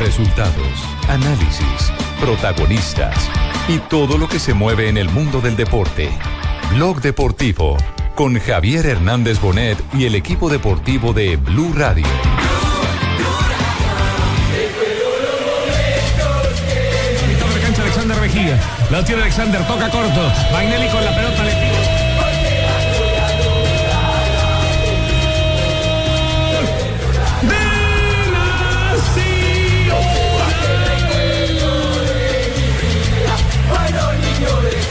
Resultados, análisis, protagonistas y todo lo que se mueve en el mundo del deporte. Blog Deportivo con Javier Hernández Bonet y el equipo deportivo de Blue Radio. Mitad de la cancha, Alexander Mejía. La tiene Alexander, toca corto. Magnelli con la pelota le tira.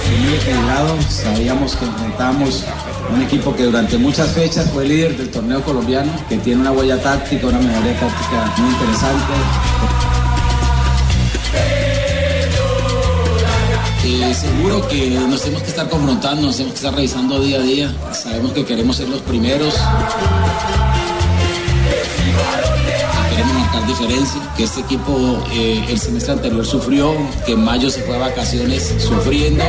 Tenía que de lado, sabíamos que enfrentamos un equipo que durante muchas fechas fue líder del torneo colombiano, que tiene una huella táctica, una mejoría táctica muy interesante. Eh, seguro que nos tenemos que estar confrontando, nos tenemos que estar revisando día a día. Sabemos que queremos ser los primeros. que Queremos marcar diferencia, que este equipo eh, el semestre anterior sufrió, que en mayo se fue a vacaciones sufriendo.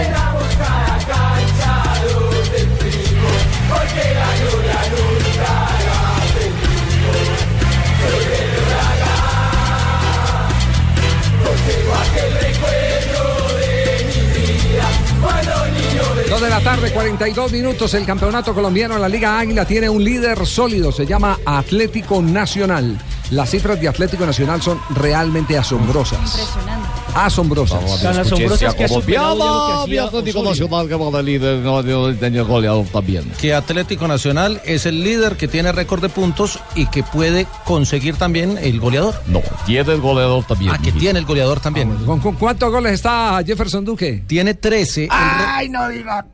Dos de la tarde, 42 minutos. El campeonato colombiano en la Liga Águila tiene un líder sólido. Se llama Atlético Nacional. Las cifras de Atlético Nacional son realmente asombrosas. Asombrosas. Tan asombrosas que ha superado ya lo que hacía Atlético Osorio. Nacional que va de líder, no, no, tenía goleador también. que Atlético Nacional es el líder que tiene récord de puntos y que puede conseguir también el goleador. No, tiene el goleador también. Ah, que tiene el goleador también. Ah, ¿Con, con cuántos goles está Jefferson Duque? Tiene 13. el Ah, re- Ay, no diga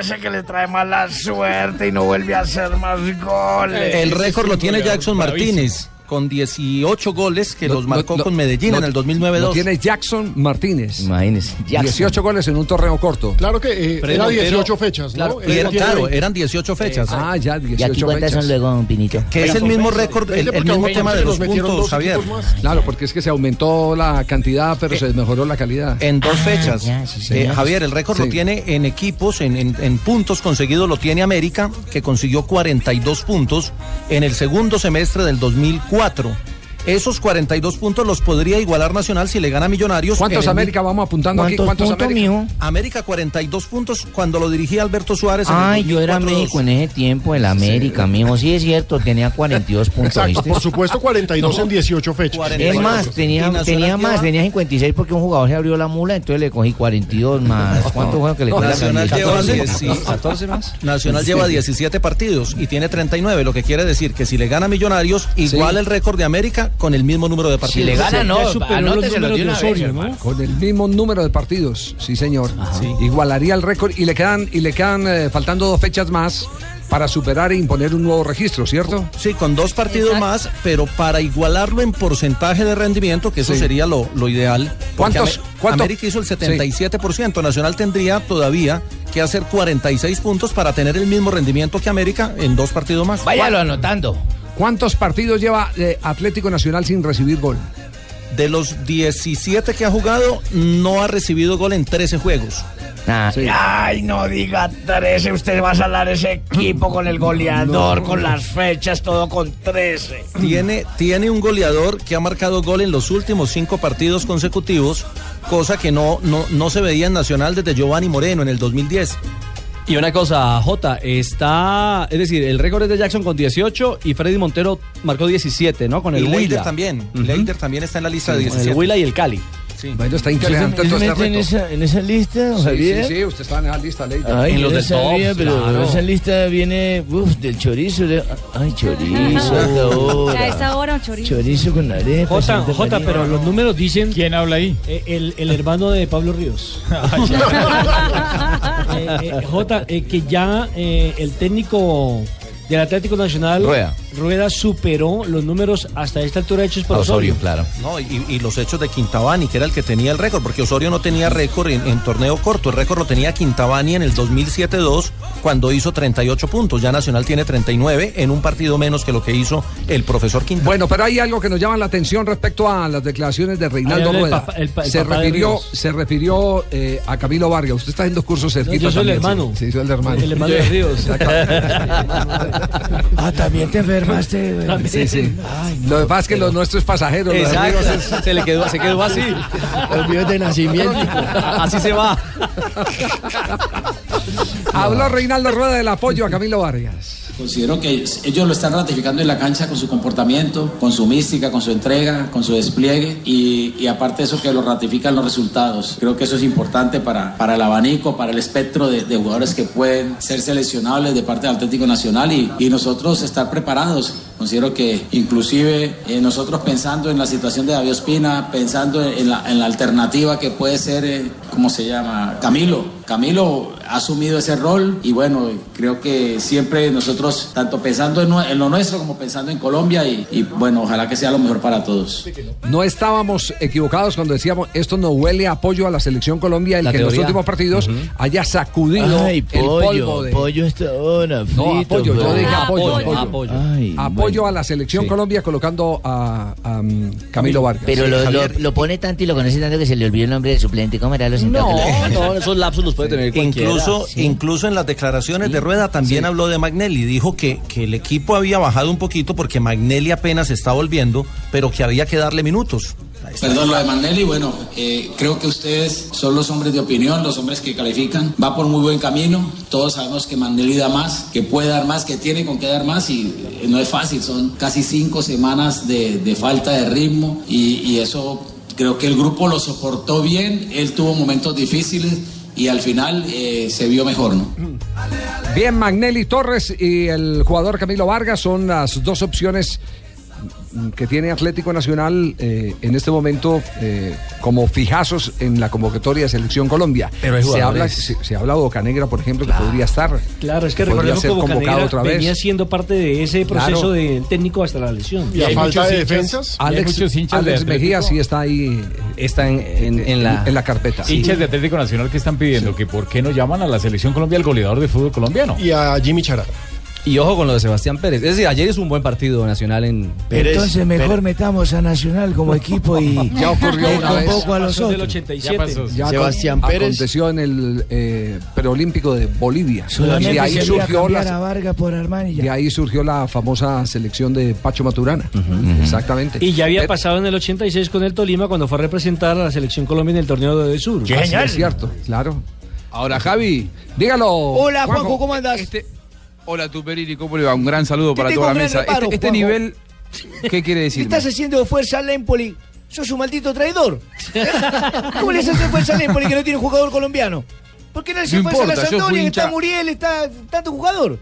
13 que le trae mala suerte y no vuelve a hacer más goles. el récord lo tiene Jackson Martínez con 18 goles que los marcó con Medellín en el Lo 2009-2. tiene Jackson Martínez. Imagínese. 18 goles en un torneo corto. Claro que eh, Fred era Montero, 18 fechas, ¿no? claro, Él Pero, tiene claro, 20. eran 18 fechas. Ah, ya, ¿Y aquí 18 cuántas son fechas. luego, don Pinito? que es el mismo récord, el, 20, el porque mismo aún tema de los nos metieron puntos, dos Javier. equipos más. Claro, porque es que se aumentó la cantidad, pero se mejoró la calidad. En dos fechas. Ah, ya, sí, Eh, señor. Javier, el récord Sí. lo tiene en equipos, en, en- en puntos conseguidos, lo tiene América, que consiguió 42 puntos en el segundo semestre del 2004. Esos 42 puntos los podría igualar Nacional si le gana a Millonarios. en ¿Cuántos el América vamos apuntando aquí? ¿Cuántos ¿Cuántos puntos, América? mijo? mi- América 42 puntos cuando lo dirigía Alberto Suárez. en el Ay, yo era 2004-2. México en ese tiempo, el América, mijo. Sí, es cierto, tenía 42 puntos, Exacto, ¿viste? por supuesto 42 en 18 fechas. 40. Es más, Y tenía, Nacional tenía lleva- más, tenía 56 porque un jugador se abrió la mula, entonces le cogí 42 más. ¿Cuánto fue que le No, cogí? Nacional lleva 10, 14 más. Nacional lleva 17 partidos y tiene 39, lo que quiere decir que si le gana a Millonarios, igual el récord de América con el mismo número de partidos. gana, no, anóteselo de una vez, Con el mismo número de partidos, sí señor. Igualaría el récord y le quedan, y le quedan eh, faltando dos fechas más para superar e imponer un nuevo registro, ¿cierto? Sí, con dos partidos Exacto. más, pero para igualarlo en porcentaje de rendimiento, que eso Sí. sería lo, lo ideal. porque ¿Cuántos- Ame- cuánto- América hizo el 77%, Nacional tendría todavía que hacer 46 puntos para tener el mismo rendimiento que América en dos partidos más. Váyalo anotando. ¿Cuántos partidos lleva eh, Atlético Nacional sin recibir gol? De los 17 que ha jugado, no ha recibido gol en 13 juegos. Ah, Ay, no diga 13, usted va a salar ese equipo con el goleador, con las fechas, todo con 13. Tiene, tiene un goleador que ha marcado gol en los últimos cinco partidos consecutivos, cosa que no, no, no se veía en Nacional desde Giovanni Moreno en el 2010. Y una cosa, Jota, está. Es decir, el récord es de Jackson con 18 y Freddy Montero marcó 17, ¿no? Con y el Leider Huila. también. Ujú. Leider también está en la lista de Con el 17. Huila y el Cali. Sí. Bueno, está ¿Usted se- interesante se todo este mete en reto. esa, en esa lista, don Sí, Javier? sí, sí, usted está en la lista, Ley. Ay, En los yo del sabía, top, pero claro. esa lista viene uf, del chorizo. de- ay, chorizo, hasta A ahora. esa hora, chorizo. Chorizo con arepa. Jota, Santa Jota, María. pero los números dicen ¿Quién habla ahí? eh, el, el hermano de Pablo Ríos. Ah, Eh, eh, Jota, eh, que ya eh, el técnico del Atlético Nacional Rueda. Rueda superó los números hasta esta altura hechos por Osorio. claro. No, y, y los hechos de Quintabani, que era el que tenía el récord, porque Osorio no tenía récord en, en torneo corto. El récord lo tenía Quintabani en el 2007-2, cuando hizo 38 puntos. Ya Nacional tiene 39 en un partido menos que lo que hizo el profesor Quintabani. Bueno, pero hay algo que nos llama la atención respecto a las declaraciones de Reinaldo Háblale del Rueda. papá- el pa- el se, papá de refirió, Ríos. se refirió eh, a Camilo Vargas. Usted está haciendo cursos cerquita. yo soy el también, hermano. Sí, Sí, soy el hermano. El hermano de Ríos. Ah, también te enfermaste, güey. Sí, sí. Lo que pasa es que los nuestros pasajeros. los Exacto, amigos se- se le quedó- se quedó así. Los míos de nacimiento. Así se va. Habló Reinaldo Rueda del apoyo a Camilo Vargas. Considero que ellos lo están ratificando en la cancha con su comportamiento, con su mística, con su entrega, con su despliegue y, y aparte de eso que lo ratifican los resultados. Creo que eso es importante para, para el abanico, para el espectro de, de jugadores que pueden ser seleccionables de parte del Atlético Nacional y, y nosotros estar preparados. Considero que inclusive eh, nosotros pensando en la situación de David Ospina, pensando en la, en la alternativa que puede ser, eh, ¿cómo se llama? Camilo. Camilo ha asumido ese rol y bueno, creo que siempre nosotros, tanto pensando en, nue- en lo nuestro como pensando en Colombia y, y, bueno, ojalá que sea lo mejor para todos. No estábamos equivocados cuando decíamos esto no huele a apoyo a la selección Colombia, el La que en los teoría. últimos partidos haya sacudido Ay, el pollo, polvo de. pollo esta hora, No, frito, apoyo, yo pero- dije apoyo. Apoyo, ah, Ay, Apoyo a la selección Colombia colocando a, a, um, Camilo Vargas. Pero lo, lo- lo pone tanto y lo conoce tanto que se le olvidó el nombre del suplente. ¿Cómo era lo sentado que lo- no, esos lapsos los puede tener cualquiera. Incluso, incluso en las declaraciones de Rueda también habló de Magnelli. Dijo que, que el equipo había bajado un poquito porque Magnelli apenas está volviendo, pero que había que darle minutos. Perdón, lo de Mandelli, bueno, eh, creo que ustedes son los hombres de opinión, los hombres que califican. Va por muy buen camino. Todos sabemos que Mandelli da más, que puede dar más, que tiene con qué dar más y eh, no es fácil. Son casi cinco semanas de, de falta de ritmo y, y eso creo que el grupo lo soportó bien. Él tuvo momentos difíciles y al final eh, se vio mejor, ¿no? Bien, Magnelli Torres y el jugador Camilo Vargas son las dos opciones que tiene Atlético Nacional eh, en este momento eh, como fijazos en la convocatoria de Selección Colombia. Pero hay se habla, jugadores. se, se habla de Bocanegra, por ejemplo, que podría estar. Claro, es que podría recordemos que ser Bocanegra convocado otra vez. venía siendo parte de ese proceso Claro. del técnico hasta la lesión. Y a Y hay falta muchos de hinchas- defensas. y hay Alex- muchos hinchas Alex de Atlético. Mejía sí está ahí. Está en, en- en la, en la carpeta. Hinchas de Atlético Nacional que están pidiendo que por qué no llaman a la selección Colombia al goleador de fútbol colombiano. Y a Jimmy Chará. Y ojo con lo de Sebastián Pérez. Es decir, ayer hizo un buen partido Nacional en Entonces mejor metamos a Nacional como equipo y Ya ocurrió y una vez. convoco a los Pasó del otros. 87. Ya Sebastián con- Pérez. Aconteció en el eh, preolímpico de Bolivia. Solamente Y ahí sería surgió cambiar la, a Vargas por Armani. de ahí surgió la famosa selección de Pacho Maturana. Exactamente. Y ya había pasado en el 86 con el Tolima cuando fue a representar a la selección Colombia en el torneo de Sur. Así es cierto, claro. Ahora, Javi, dígalo. Hola, Juanjo, este, ¿cómo andas? Hola Tuperini, ¿cómo le va? Un gran saludo para tengo toda un la gran mesa. reparo, este este Juanjo. nivel, ¿qué quiere decir? Estás haciendo fuerza al Empoli. Sos un maldito traidor. ¿Cómo le haces fuerza al Empoli que no tiene un jugador colombiano? ¿Por qué no le haces No fuerza a la importa, yo fui Sampdoria? que hincha- Está Muriel, está tanto jugador.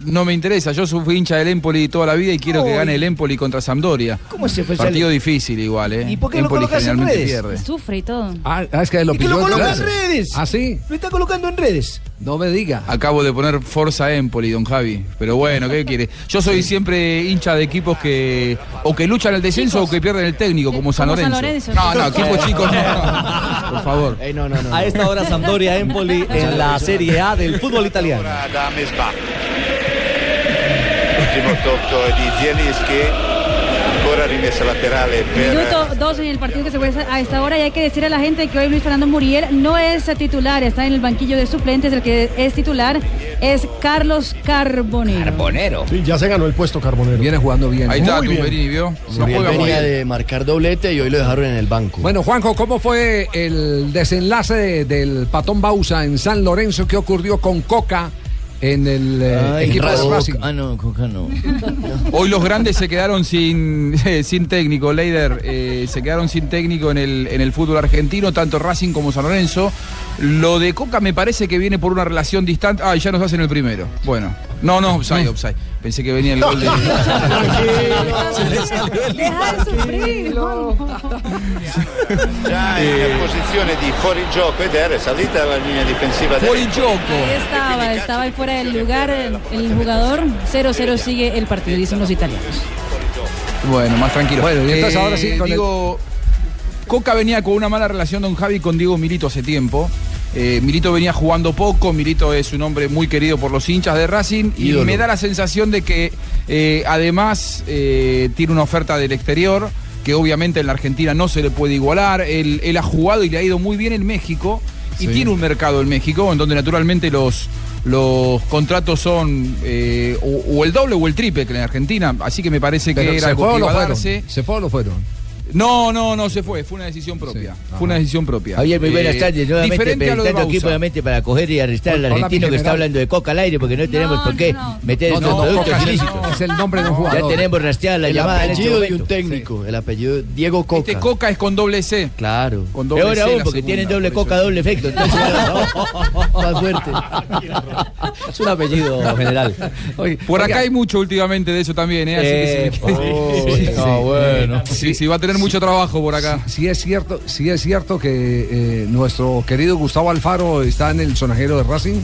No me interesa, yo fui hincha del Empoli toda la vida y quiero que Uy. gane el Empoli contra Sampdoria. ¿Cómo se fue el Partido difícil igual, ¿eh? ¿Y por qué lo Empoli colocas en generalmente redes? pierde. Sufre y todo. Ah, es que lo que lo pilló coloca en entonces. redes. ¿Ah, sí? Lo está colocando en redes. No me diga. Acabo de poner Forza Empoli, don Javi. Pero bueno, ¿qué quiere? Yo soy siempre hincha de equipos que o que luchan el descenso o que pierden el técnico, como San como San Lorenzo. Lorenzo. No, no, equipos chicos no. Por favor. A esta hora Sampdoria Empoli en la Serie A del fútbol italiano. da Mesba. L'ultimo tocco di Zielinski, ancora rimessa laterale per Minuto 12 en el partido que se juega a esta hora y hay que decir a la gente que hoy Luis Fernando Muriel no es titular, está en el banquillo de suplentes, el que es titular es Carlos Carbonero. Carbonero. Sí, ya se ganó el puesto Carbonero. Viene jugando bien. Ahí está, Tumberini, ¿vio? Muriel venía de marcar doblete y hoy lo dejaron en el banco. Bueno, Juanjo, ¿cómo fue el desenlace de- del Patón Bausa en San Lorenzo? ¿Qué ocurrió con Coca en el eh, Ay, equipo de Coca- Racing? Ah, no, Coca no. Hoy los grandes se quedaron sin, eh, sin técnico, Leider. eh, se quedaron sin técnico en el, en el fútbol argentino, tanto Racing como San Lorenzo. Lo de Coca me parece que viene por una relación distante. Ah, ya nos hacen el primero. Bueno. No, no, offside, offside. Pensé que venía el gol de. Deja de sufrir. già in posizione di fuorigioco ed era salita dalla linea difensiva Ahí estaba, estaba ahí fuera del lugar el, el jugador. 0-0 sigue el partido, dicen los italianos. Bueno, más tranquilo. Bueno, y entonces Eh, ahora sí con el- digo, Coca venía con una mala relación, don Javi, con Diego Milito hace tiempo. Eh, Milito venía jugando poco, Milito es un hombre muy querido por los hinchas de Racing y Ídolo. me da la sensación de que eh, además eh, tiene una oferta del exterior que obviamente en la Argentina no se le puede igualar. Él, él ha jugado y le ha ido muy bien en México y Sí. tiene un mercado en México en donde naturalmente los, los contratos son eh, o, o el doble o el triple que en Argentina, así que me parece que Pero era ¿Se algo fue que o lo iba a fueron? darse. ¿Se fue o lo fueron? No, no, no se fue, fue una decisión propia. Fue una decisión propia. Javier, muy buenas Eh, tardes. Nuevamente diferente a lo de presentando aquí Bausa. nuevamente para coger y arrestar al Hola, mi argentino que está general. hablando de coca al aire porque no tenemos por qué meter No, estos no, Coca productos es el- ilícitos. Es el nombre de un Ya jugador. tenemos rastreada la el llamada. en este apellido de momento. un técnico, el apellido de Diego Coca. Este Coca es con doble C. Claro. Con doble Peor C aún, la porque segunda, tienen doble por eso coca, es- doble efecto. Entonces, más fuerte. Es un apellido general. Por oiga. acá hay mucho últimamente de eso también, ¿eh? Así que Eh, si- por- Sí, sí. Ah, bueno. Sí, sí, va a tener mucho trabajo por acá. Sí, es cierto, sí es cierto que eh, nuestro querido Gustavo Alfaro está en el sonajero de Racing.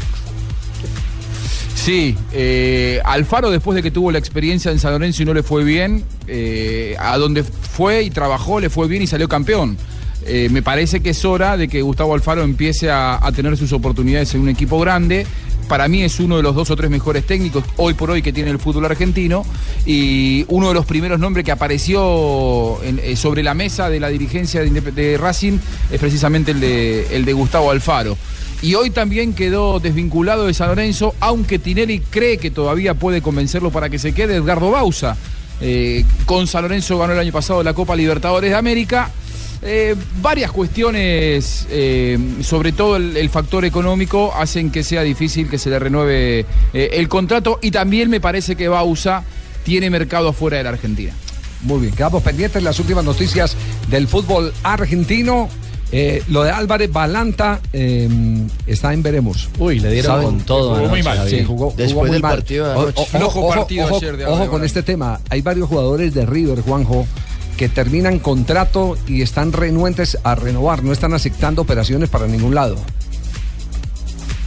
Sí, eh, Alfaro después de que tuvo la experiencia en San Lorenzo y no le fue bien, eh, a donde fue y trabajó le fue bien y salió campeón. Eh, me parece que es hora de que Gustavo Alfaro empiece a, a tener sus oportunidades en un equipo grande. Para mí es uno de los dos o tres mejores técnicos hoy por hoy que tiene el fútbol argentino y uno de los primeros nombres que apareció en- eh, sobre la mesa de la dirigencia de, Indep- de Racing es precisamente el de, el de Gustavo Alfaro. Y hoy también quedó desvinculado de San Lorenzo, aunque Tinelli cree que todavía puede convencerlo para que se quede Edgardo Bausa. Eh, con San Lorenzo ganó el año pasado la Copa Libertadores de América. Eh, varias cuestiones, eh, sobre todo el, el factor económico, hacen que sea difícil que se le renueve eh, el contrato y también me parece que Bausa tiene mercado afuera de la Argentina. Muy bien, quedamos pendientes de las últimas noticias del fútbol argentino. Eh, lo de Álvarez Balanta eh, está en veremos. Uy, le dieron con todo Jugó muy anoche, mal, Javier. sí, jugó, jugó Después muy del mal. partido de O- anoche. o- Flojo ojo, partido ojo, ayer de ojo Álvarez con Balanta. este tema. Hay varios jugadores de River, Juanjo, que terminan contrato y están renuentes a renovar. No están aceptando operaciones para ningún lado.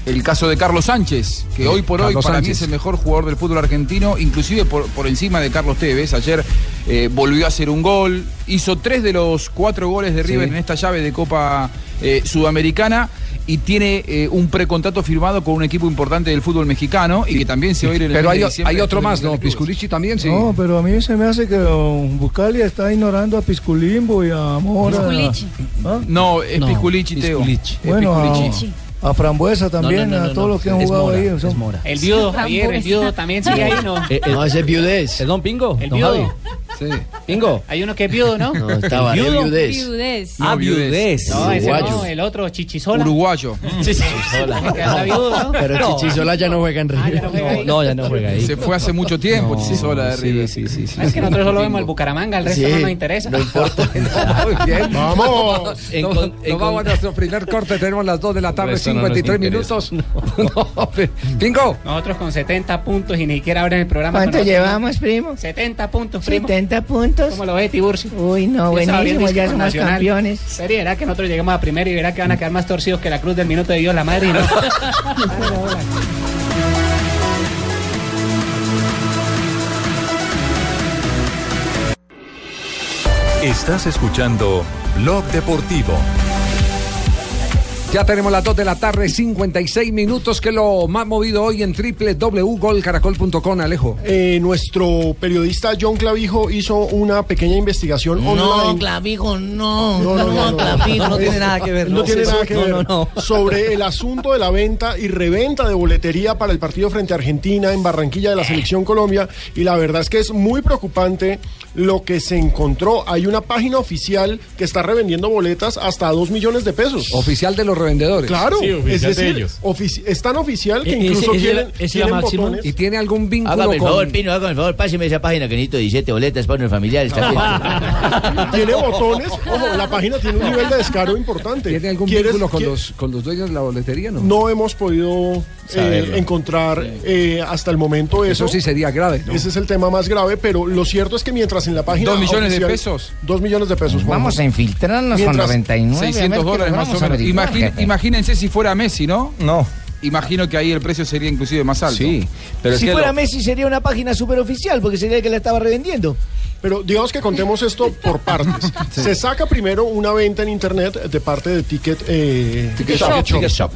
El caso de Carlos Sánchez, que Sí, hoy por hoy Carlos para mí Sánchez. es el mejor jugador del fútbol argentino, inclusive por, por encima de Carlos Tevez. Ayer eh, volvió a hacer un gol, hizo tres de los cuatro goles de River en esta llave de Copa eh, Sudamericana y tiene eh, un precontrato firmado con un equipo importante del fútbol mexicano y que también se va a ir en el Pero mes hay, de o- diciembre hay después otro del más, Mundial ¿no? de Clubes. Pisculichi también, sí. No, pero a mí se me hace que don Buscalia está ignorando a Pisculimbo y a Mora. Pisculichi. ¿Ah? No, es No, Pisculichi, Teo. Pisculichi. Es Bueno, Pisculichi. a, a Frambuesa también, No, no, no, a no, todos no. los que han Es jugado Mora, ahí. es son- Ah, Mora. El viudo, Ah, Javier, el viudo también sigue ahí, Eh, ¿no? Eh, No, ese es viudez. ¿Es Don Pingo? El viudo. Sí. Pingo. Hay uno que es viudo, ¿no? No, estaba ¿Viudo? viudez. Viudez. Ah, viudez. No, ese no, Uruguayo. el otro, Chichisola. Uruguayo. Chichisola. Que anda viudo, ¿no? Pero No. Chichisola ya no juega en River. No, ya no juega ahí. Se fue hace mucho tiempo, Chisola de River. Sí, sí, sí. Es que nosotros solo vemos al Bucaramanga, el resto Sí, no nos interesa. No importa. Muy bien. Vamos. Nos- nos vamos a nuestro primer corte. Tenemos las 2 de la tarde, Eso no nos 53 interesa. minutos. Pingo. Nosotros con 70 puntos y ni siquiera abren el programa. ¿Cuánto con nosotros. llevamos, primo? 70 puntos, primo. 70 puntos. ¿Cómo lo ves, Tiburcio? Uy, no, Empieza a abrir buenísimo, ya discos somos nacional. campeones. Sería, verá que nosotros llegamos a primero y verá que van a quedar más torcidos que la cruz del minuto de Dios, la madre. y no. Estás escuchando Blog Deportivo. Ya tenemos las 2 de la tarde, 56 minutos, que es lo más movido hoy en www.golcaracol.com, Alejo. Eh, nuestro periodista John Clavijo hizo una pequeña investigación online. clavijo, no. No, no, no, no. Clavijo, no tiene nada que ver. No, tiene nada que No, ver. no, no. Sobre el asunto de la venta y reventa de boletería para el partido frente a Argentina en Barranquilla de la Selección Colombia. Y la verdad es que es muy preocupante lo que se encontró. Hay una página oficial que está revendiendo boletas hasta 2 millones de pesos. Oficial de los revendedores. Claro, Sí, oficial es de decir, ellos. ofici- es tan oficial que E- ese- incluso ese es quieren, la- ese es la quieren máxima. botones. ¿Y tiene algún vínculo Hágame el favor, con...? Pino, hágame el favor, páseme esa página que necesito 17 boletas para los familiares. está bien. Tiene botones. Ojo, la página tiene un nivel de descaro importante. ¿Tiene algún ¿Quieres- vínculo con qui- los, con los dueños de la boletería? No. No hemos podido eh, Saberlo. encontrar eh, hasta el momento eso. Eso sí sería grave. ¿no? Ese es el tema más grave, pero lo cierto es que mientras en la página. Dos millones de pesos. Dos millones de pesos. Juanjo. Vamos a infiltrarnos Mientras- 600 600 dólares más o menos. Imagin- imagínense si fuera Messi, ¿no? No. Imagino que ahí el precio sería inclusive más alto. Sí, si fuera Messi sería una página súper oficial, porque sería el que la estaba revendiendo. Pero digamos que contemos esto por partes. Se saca primero una venta en internet de parte de Ticket, eh, Ticket Shop. Shop.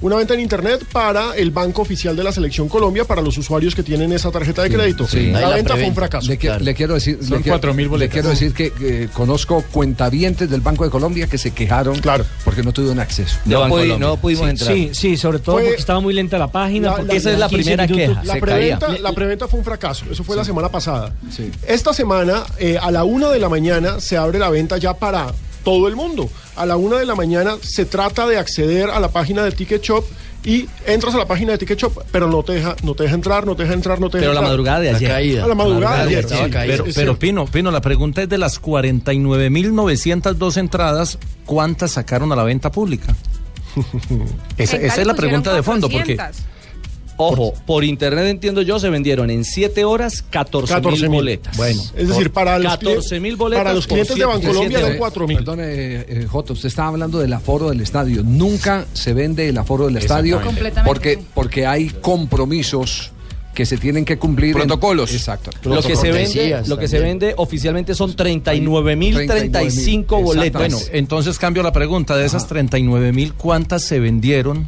una venta en internet para el banco oficial de la Selección Colombia, para los usuarios que tienen esa tarjeta de Sí, crédito. sí. La, Ahí la venta fue un preventa. fracaso. Le, que- le quiero decir, Son le quiero- 4.000 le boletas. quiero decir que eh, conozco cuentavientes del Banco de Colombia que se quejaron porque no tuvieron acceso. No, pudi- no pudimos sí, entrar. Sí, sí, sobre todo Fue- porque estaba muy lenta la página. porque eran 15 minutos. La preventa, la preventa fue un fracaso. Eso fue la semana pasada. Esta semana, eh, a la una de la mañana, se abre la venta ya para todo el mundo. A la una de la mañana se trata de acceder a la página de Ticket Shop y entras a la página de Ticket Shop, pero no te deja, no te deja entrar, no te deja entrar, no te deja Pero la entrar. madrugada de ayer. Ah, A la madrugada de ayer. sí, pero, es pero cierto. Pino, Pino, la pregunta es de las 49.902 entradas, ¿cuántas sacaron a la venta pública? Esa, En esa Cali es la pregunta de fondo, porque 400. Ojo, por internet entiendo yo, se vendieron en 7 horas 14 mil 14.000. boletas. Bueno. Es decir, para los 14 mil boletas. para los por clientes de siete- Bancolombia siete eran horas. 4.000. Perdón, eh, eh, Joto, usted estaba hablando del aforo del estadio. Nunca se vende el aforo del estadio Exactamente. Completamente, porque, porque hay compromisos que se tienen que cumplir. en- Protocolos. exacto. Lo que, se vende, lo que se vende oficialmente son 39.035 boletas. Bueno, entonces cambio la pregunta. De esas 39.000, ¿cuántas se vendieron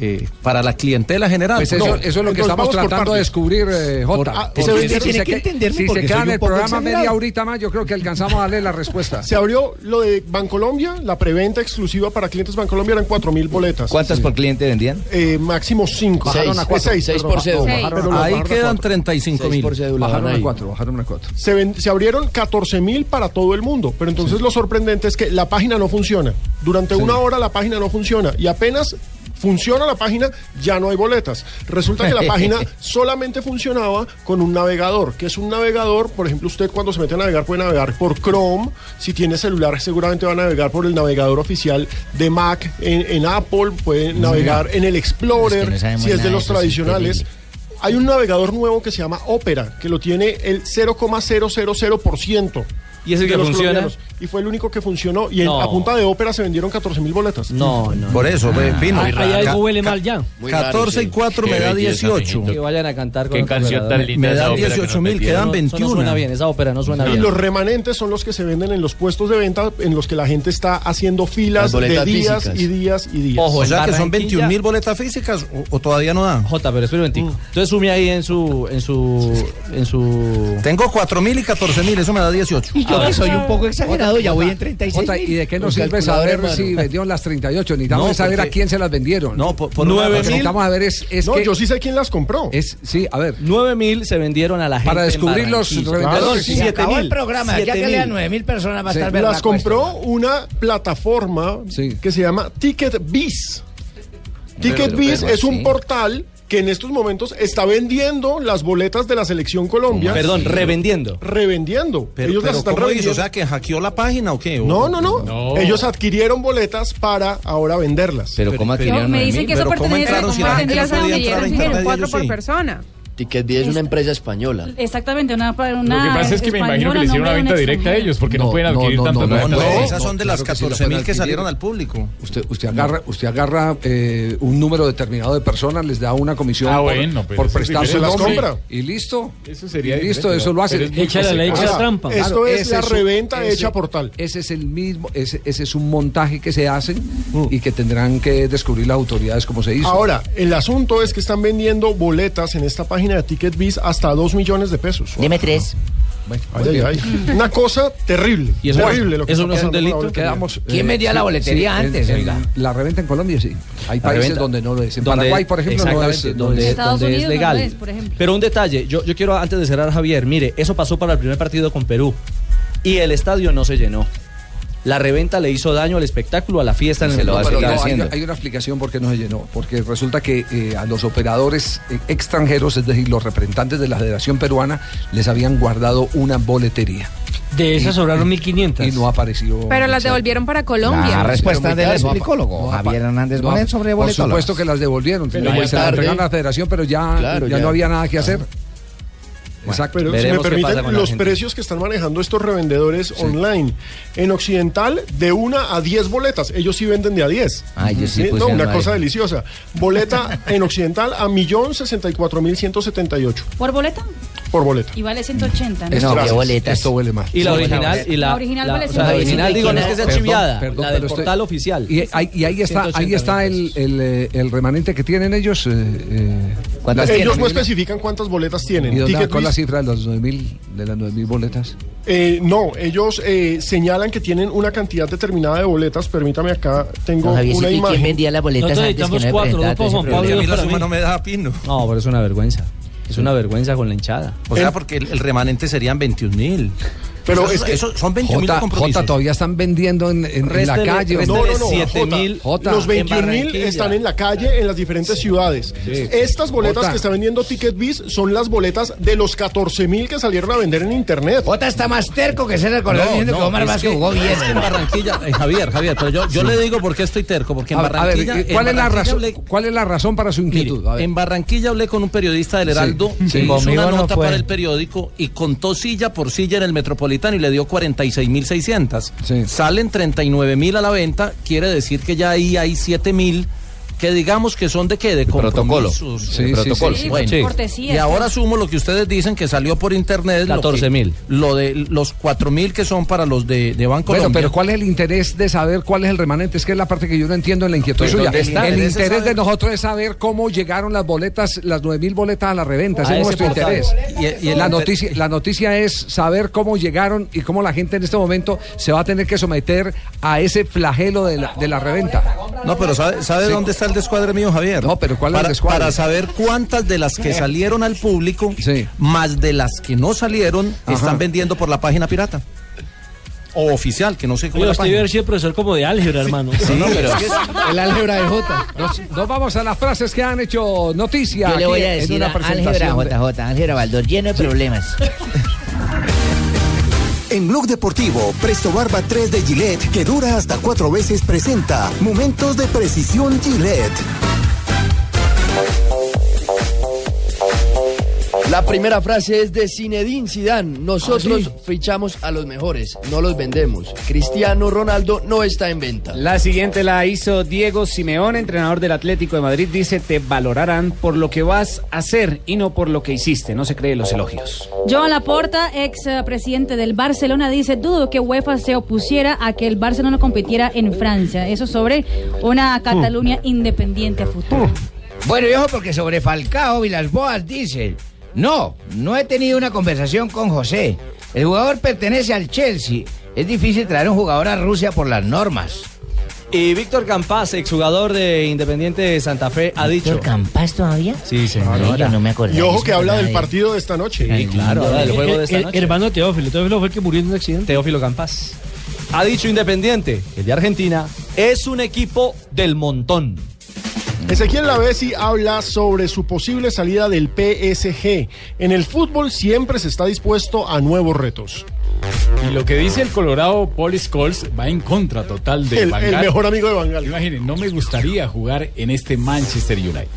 eh, para la clientela general? Pues eso, No. eso es lo que Entonces, estamos vamos por tratando de partes. descubrir, eh, Jota. Por- ah, Porque ese si vendedor se tiene que que- entenderme Si porque se queda soy en un el poco programa exagerado. media horita más, yo creo que alcanzamos a darle la respuesta. Se abrió lo de Bancolombia, la preventa exclusiva para clientes Bancolombia eran 4.000 boletas. ¿Cuántas por cliente vendían? Eh, máximo 5. Bajaron a cuatro. Seis por cédula. Seis. Ahí quedan 35 Seis mil. por cédula, Bajaron van a ahí. 4, bajaron a 4. Se, ven- se abrieron 14 mil para todo el mundo, pero entonces lo sorprendente es que la página no funciona. Durante una hora la página no funciona y apenas funciona la página ya no hay boletas. Resulta que la página solamente funcionaba con un navegador, que es un navegador, por ejemplo, usted cuando se mete a navegar puede navegar por Chrome, si tiene celular seguramente va a navegar por el navegador oficial de Mac en, en Apple, puede navegar en el Explorer, sabemos si es de nada de los eso, es tradicionales. Hay un navegador nuevo que se llama Opera, que lo tiene el 0,000%. ¿Y es el de que los funciona? colombianos. Y fue el único que funcionó. Y en- No. a punta de Opera se vendieron 14 mil boletas. No, no. Ah, Por eso, ve, Pino. Ah, Ahí- ahí algo huele mal ya. Muy raro, 14 y sí. 4 me Qué da belleza, 18. Que vayan a cantar con Qué otro canción operador. tan linda Me esa dan ópera que 18 mil, nos quedan metieron. 21. No suena bien, esa ópera no suena Y bien. los remanentes son los que se venden en los puestos de venta en los que la gente está haciendo filas Las de boletas días físicas. y días y días. Ojo, o sea que son 21 mil boletas físicas o, o todavía no dan. Jota, pero espera un momentico. Entonces sume ahí en su, en su, en su... Tengo 4 mil y 14 mil, eso me da 18. Y Ah, yo que soy un poco exagerado, ya voy en 36 Jota, ¿Y de qué nos Con sirve calculadora saber en mano. si vendieron las 38? Necesitamos No, saber porque- a quién se las vendieron. No, por lo nueve que mil- necesitamos saber es, es No, que- yo sí sé quién las compró. Es, sí, a ver. 9 mil se vendieron a la gente Para descubrir los revendedores. Se acabó el programa, ya que lean nueve mil personas Sí. Las pues. compró una plataforma que se llama TicketBiz. Pero, TicketBiz pero, es un sí. portal que en estos momentos está vendiendo las boletas de la selección Colombia. Perdón, revendiendo. Revendiendo. Pero, Ellos pero las están ¿cómo hizo? revendiendo. O sea que hackeó la página o qué? ¿O- no, no, no, No. Ellos adquirieron boletas para ahora venderlas. Pero ¿cómo adquirieron Me dicen que eso pertenece a si la gente pertenece no a podía entrar donde a llegan internet? cuatro Yo por sí. persona. Ticket 10 es una empresa española. Exactamente, una, Lo una que pasa es que me imagino que le española, hicieron no una veo un venta directa a extranjero. ellos, porque no pueden adquirir tantas boletas. No, esas son de las claro que sí, 14 mil pueden que adquirir. salieron al público. Usted, usted agarra, usted agarra eh, un número determinado de personas, les da una comisión Ah, por, bueno, pero por eso es prestar su diferente. nombre. Las compra. Y listo. Eso sería y listo, diferente, eso lo pero hace. es muy Échale la complicado. hecha trampa. Esto es la reventa hecha portal. Ese es el mismo, ese, ese es un montaje que se hace Uh. y que tendrán que descubrir las autoridades cómo se hizo. Ahora, el asunto es que están vendiendo boletas en esta página de TicketBiz hasta 2 millones de pesos. Deme 3. Ay, ay, ay. Una cosa terrible. Y eso- terrible lo que eso está no es un pasando con la delito. boletería. Quedamos, ¿Quién eh, vendía la sí, boletería sí, en- antes, en- oiga? la reventa en Colombia sí. Hay países donde no lo es. En Paraguay, por ejemplo, no es- exactamente, no donde, es. donde Estados es Unidos legal. no es, por ejemplo. Pero un detalle, yo, yo quiero antes de cerrar, Javier, mire, eso pasó para el primer partido con Perú y el estadio no se llenó. La reventa le hizo daño al espectáculo, a la fiesta en el No, momento. pero no, hay, hay una explicación por qué no se llenó. Porque resulta que eh, a los operadores eh, extranjeros, es decir, los representantes de la Federación Peruana, les habían guardado una boletería. De esas sobraron 1.500. Y no apareció. Pero las devolvieron para Colombia. Ah, La respuesta del explicólogo Javier Hernández No, Bonet sobre por boletólogas. supuesto que las devolvieron. Pero Como ya se las tarde. entregaron a la Federación, pero ya, Claro, ya ya. no había nada que hacer. Exacto. Pero si me permiten, los precios que están manejando estos revendedores online. En Occidental, de una a 10 boletas. Ellos sí venden de a 10. Ah, ellos sí no, pusieron una ahí. cosa deliciosa. Boleta en Occidental a 1.064.178. ¿Por boleta? por boleta. Y vale No, 180. qué Gracias. boletas. Esto huele mal. Y la original y la, La original vale o sea, la 150. original digo no es que sea Perdón, chiviada, perdón, la del pero estoy- portal oficial. Y ahí, y ahí está, ahí está el, el, eh, el remanente que tienen ellos. eh, eh, Ellos las- no especifican cuántas boletas tienen. ¿Y dónde Ticket con la List- cifra de las 9.000 de las 9.000 boletas? Eh, no, ellos eh, señalan que tienen una cantidad determinada de boletas. Permítame acá, tengo Don Javiercito, una ¿y quién imagen. vendía las boletas Nosotros antes que necesitamos no se cuatro, presentara dos para todo ese Juan Pablo y A mí la problema? para suma mí. no me da pino. No, pero es una vergüenza. Es una vergüenza con la hinchada. O sea, porque el, el remanente serían 21 mil. Pero Eso- es que- eso son 21 mil Jota, compromisos. Jota, todavía están vendiendo en, en- en la Réstele- calle. réstele No, no, no, 7.000 Jota, Los en 21 mil Barranquilla. están en la calle, en las diferentes ciudades. Estas boletas Jota. que está vendiendo TicketBiz son las boletas de los 14 mil que salieron a vender en Internet. Jota está más terco que ser el es que- es que en Barranquilla, eh, Javier, Javier, pero yo, yo Sí. le digo por qué estoy terco, porque en A ver, a ver, Barranquilla... ¿y en ¿cuál, es la Barranquilla razón, hablé- ¿cuál es la razón para su inquietud? A ver. en Barranquilla hablé con un periodista del Sí, Heraldo sí. que hizo Conmigo una no nota fue. para el periódico y contó silla por silla en el Metropolitano y le dio 46.600. Salen 39.000 a la venta, quiere decir que ya ahí hay 7.000 que digamos que son de qué, de protocolo. compromisos. Sí, sí, protocolo. sí, Bueno, sí. cortesía, Y ahora claro. sumo lo que ustedes dicen que salió por internet. lo que- 14.000. Lo de los 4.000 que son para los de, de Banco Bueno, pero ¿cuál es el interés de saber cuál es el remanente? Es que es la parte que yo no entiendo en la inquietud Pues, suya. ¿dónde está? El Interés es interés de saber- nosotros es saber cómo llegaron las boletas, las 9.000 boletas a la reventa. A Ese es ese nuestro portal. interés. Y- y el la, inter- noticia, la noticia es saber cómo llegaron y cómo la gente en este momento se va a tener que someter a ese flagelo de la, de la reventa. No, pero ¿sabe, sabe Sí. dónde está el descuadre mío, Javier? No, pero ¿cuál es el para, descuadre? Eh. Para saber cuántas de las que salieron al público, más de las que no salieron, están vendiendo por la página pirata. O oficial, que no sé cómo Yo es la estoy página. ver si el profesor como de álgebra, hermano. Sí, no, pero es que El álgebra de J. Nos, nos vamos a las frases que han hecho noticia. Yo le aquí voy a en decir una a álgebra presentación de- JJ, álgebra Baldor, lleno de problemas. En Blog Deportivo, Presto Barba 3 de Gillette, que dura hasta cuatro veces, presenta Momentos de Precisión Gillette. La primera frase es de Zinedine Zidane. Nosotros fichamos a los mejores, no los vendemos. Cristiano Ronaldo no está en venta. La siguiente la hizo Diego Simeón, entrenador del Atlético de Madrid. Dice, te valorarán por lo que vas a hacer y no por lo que hiciste. No se cree los elogios. Joan Laporta, ex eh, presidente del Barcelona, dice, dudo que UEFA se opusiera a que el Barcelona compitiera en Francia. Eso sobre Hmm. una Cataluña independiente a futuro. Bueno, y ojo, porque sobre Falcao y las boas dice, no, no he tenido una conversación con José. El jugador pertenece al Chelsea. Es difícil traer un jugador a Rusia por las normas. Y Víctor Campás, exjugador de Independiente de Santa Fe, ha dicho. ¿Víctor Campás todavía? Sí, Claro, señor. yo no me acordaba Y ojo que habla del partido de esta noche. Sí, claro, habla del Eh, juego de esta noche. Hermano Teófilo, Teófilo fue el que murió en un accidente. Teófilo Campás. Ha dicho Independiente, el de Argentina, es un equipo del montón. Ezequiel Lavesi habla sobre su posible salida del PSG. En el fútbol siempre se está dispuesto a nuevos retos. Y lo que dice el Colorado Paul Scholes va en contra total de El- Van el Gaal. mejor amigo de Van Imaginen, no me gustaría jugar en este Manchester United.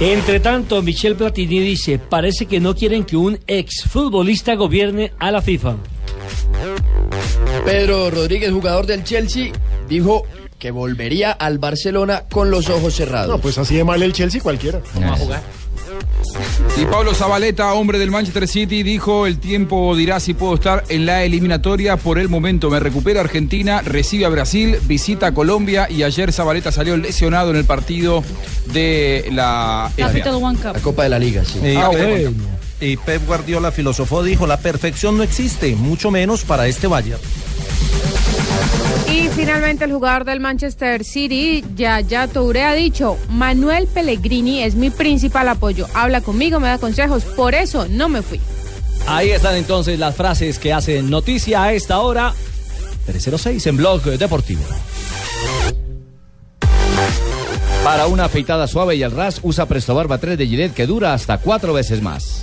Entre tanto, Michel Platini dice, parece que no quieren que un exfutbolista gobierne a la FIFA. Pedro Rodríguez, jugador del Chelsea, dijo que volvería al Barcelona con los ojos cerrados. No, pues así de mal el Chelsea cualquiera. a jugar. Y Pablo Zabaleta, hombre del Manchester City, dijo, el tiempo dirá si puedo estar en la eliminatoria. Por el momento me recupera Argentina, recibe a Brasil, visita a Colombia y ayer Zabaleta salió lesionado en el partido de la... Capital One Cup. Copa de la Liga, sí. Y, Ah, Pep- bueno. y Pep Guardiola filosofó, dijo, la perfección no existe, mucho menos para este Bayern. Y finalmente el jugador del Manchester City, Yaya Touré, ha dicho, Manuel Pellegrini es mi principal apoyo. Habla conmigo, me da consejos, por eso no me fui. Ahí están entonces las frases que hacen noticia a esta hora. 306 en Blog Deportivo. Para una afeitada suave y al ras, usa Presto Barba 3 de Gillette que dura hasta cuatro veces más.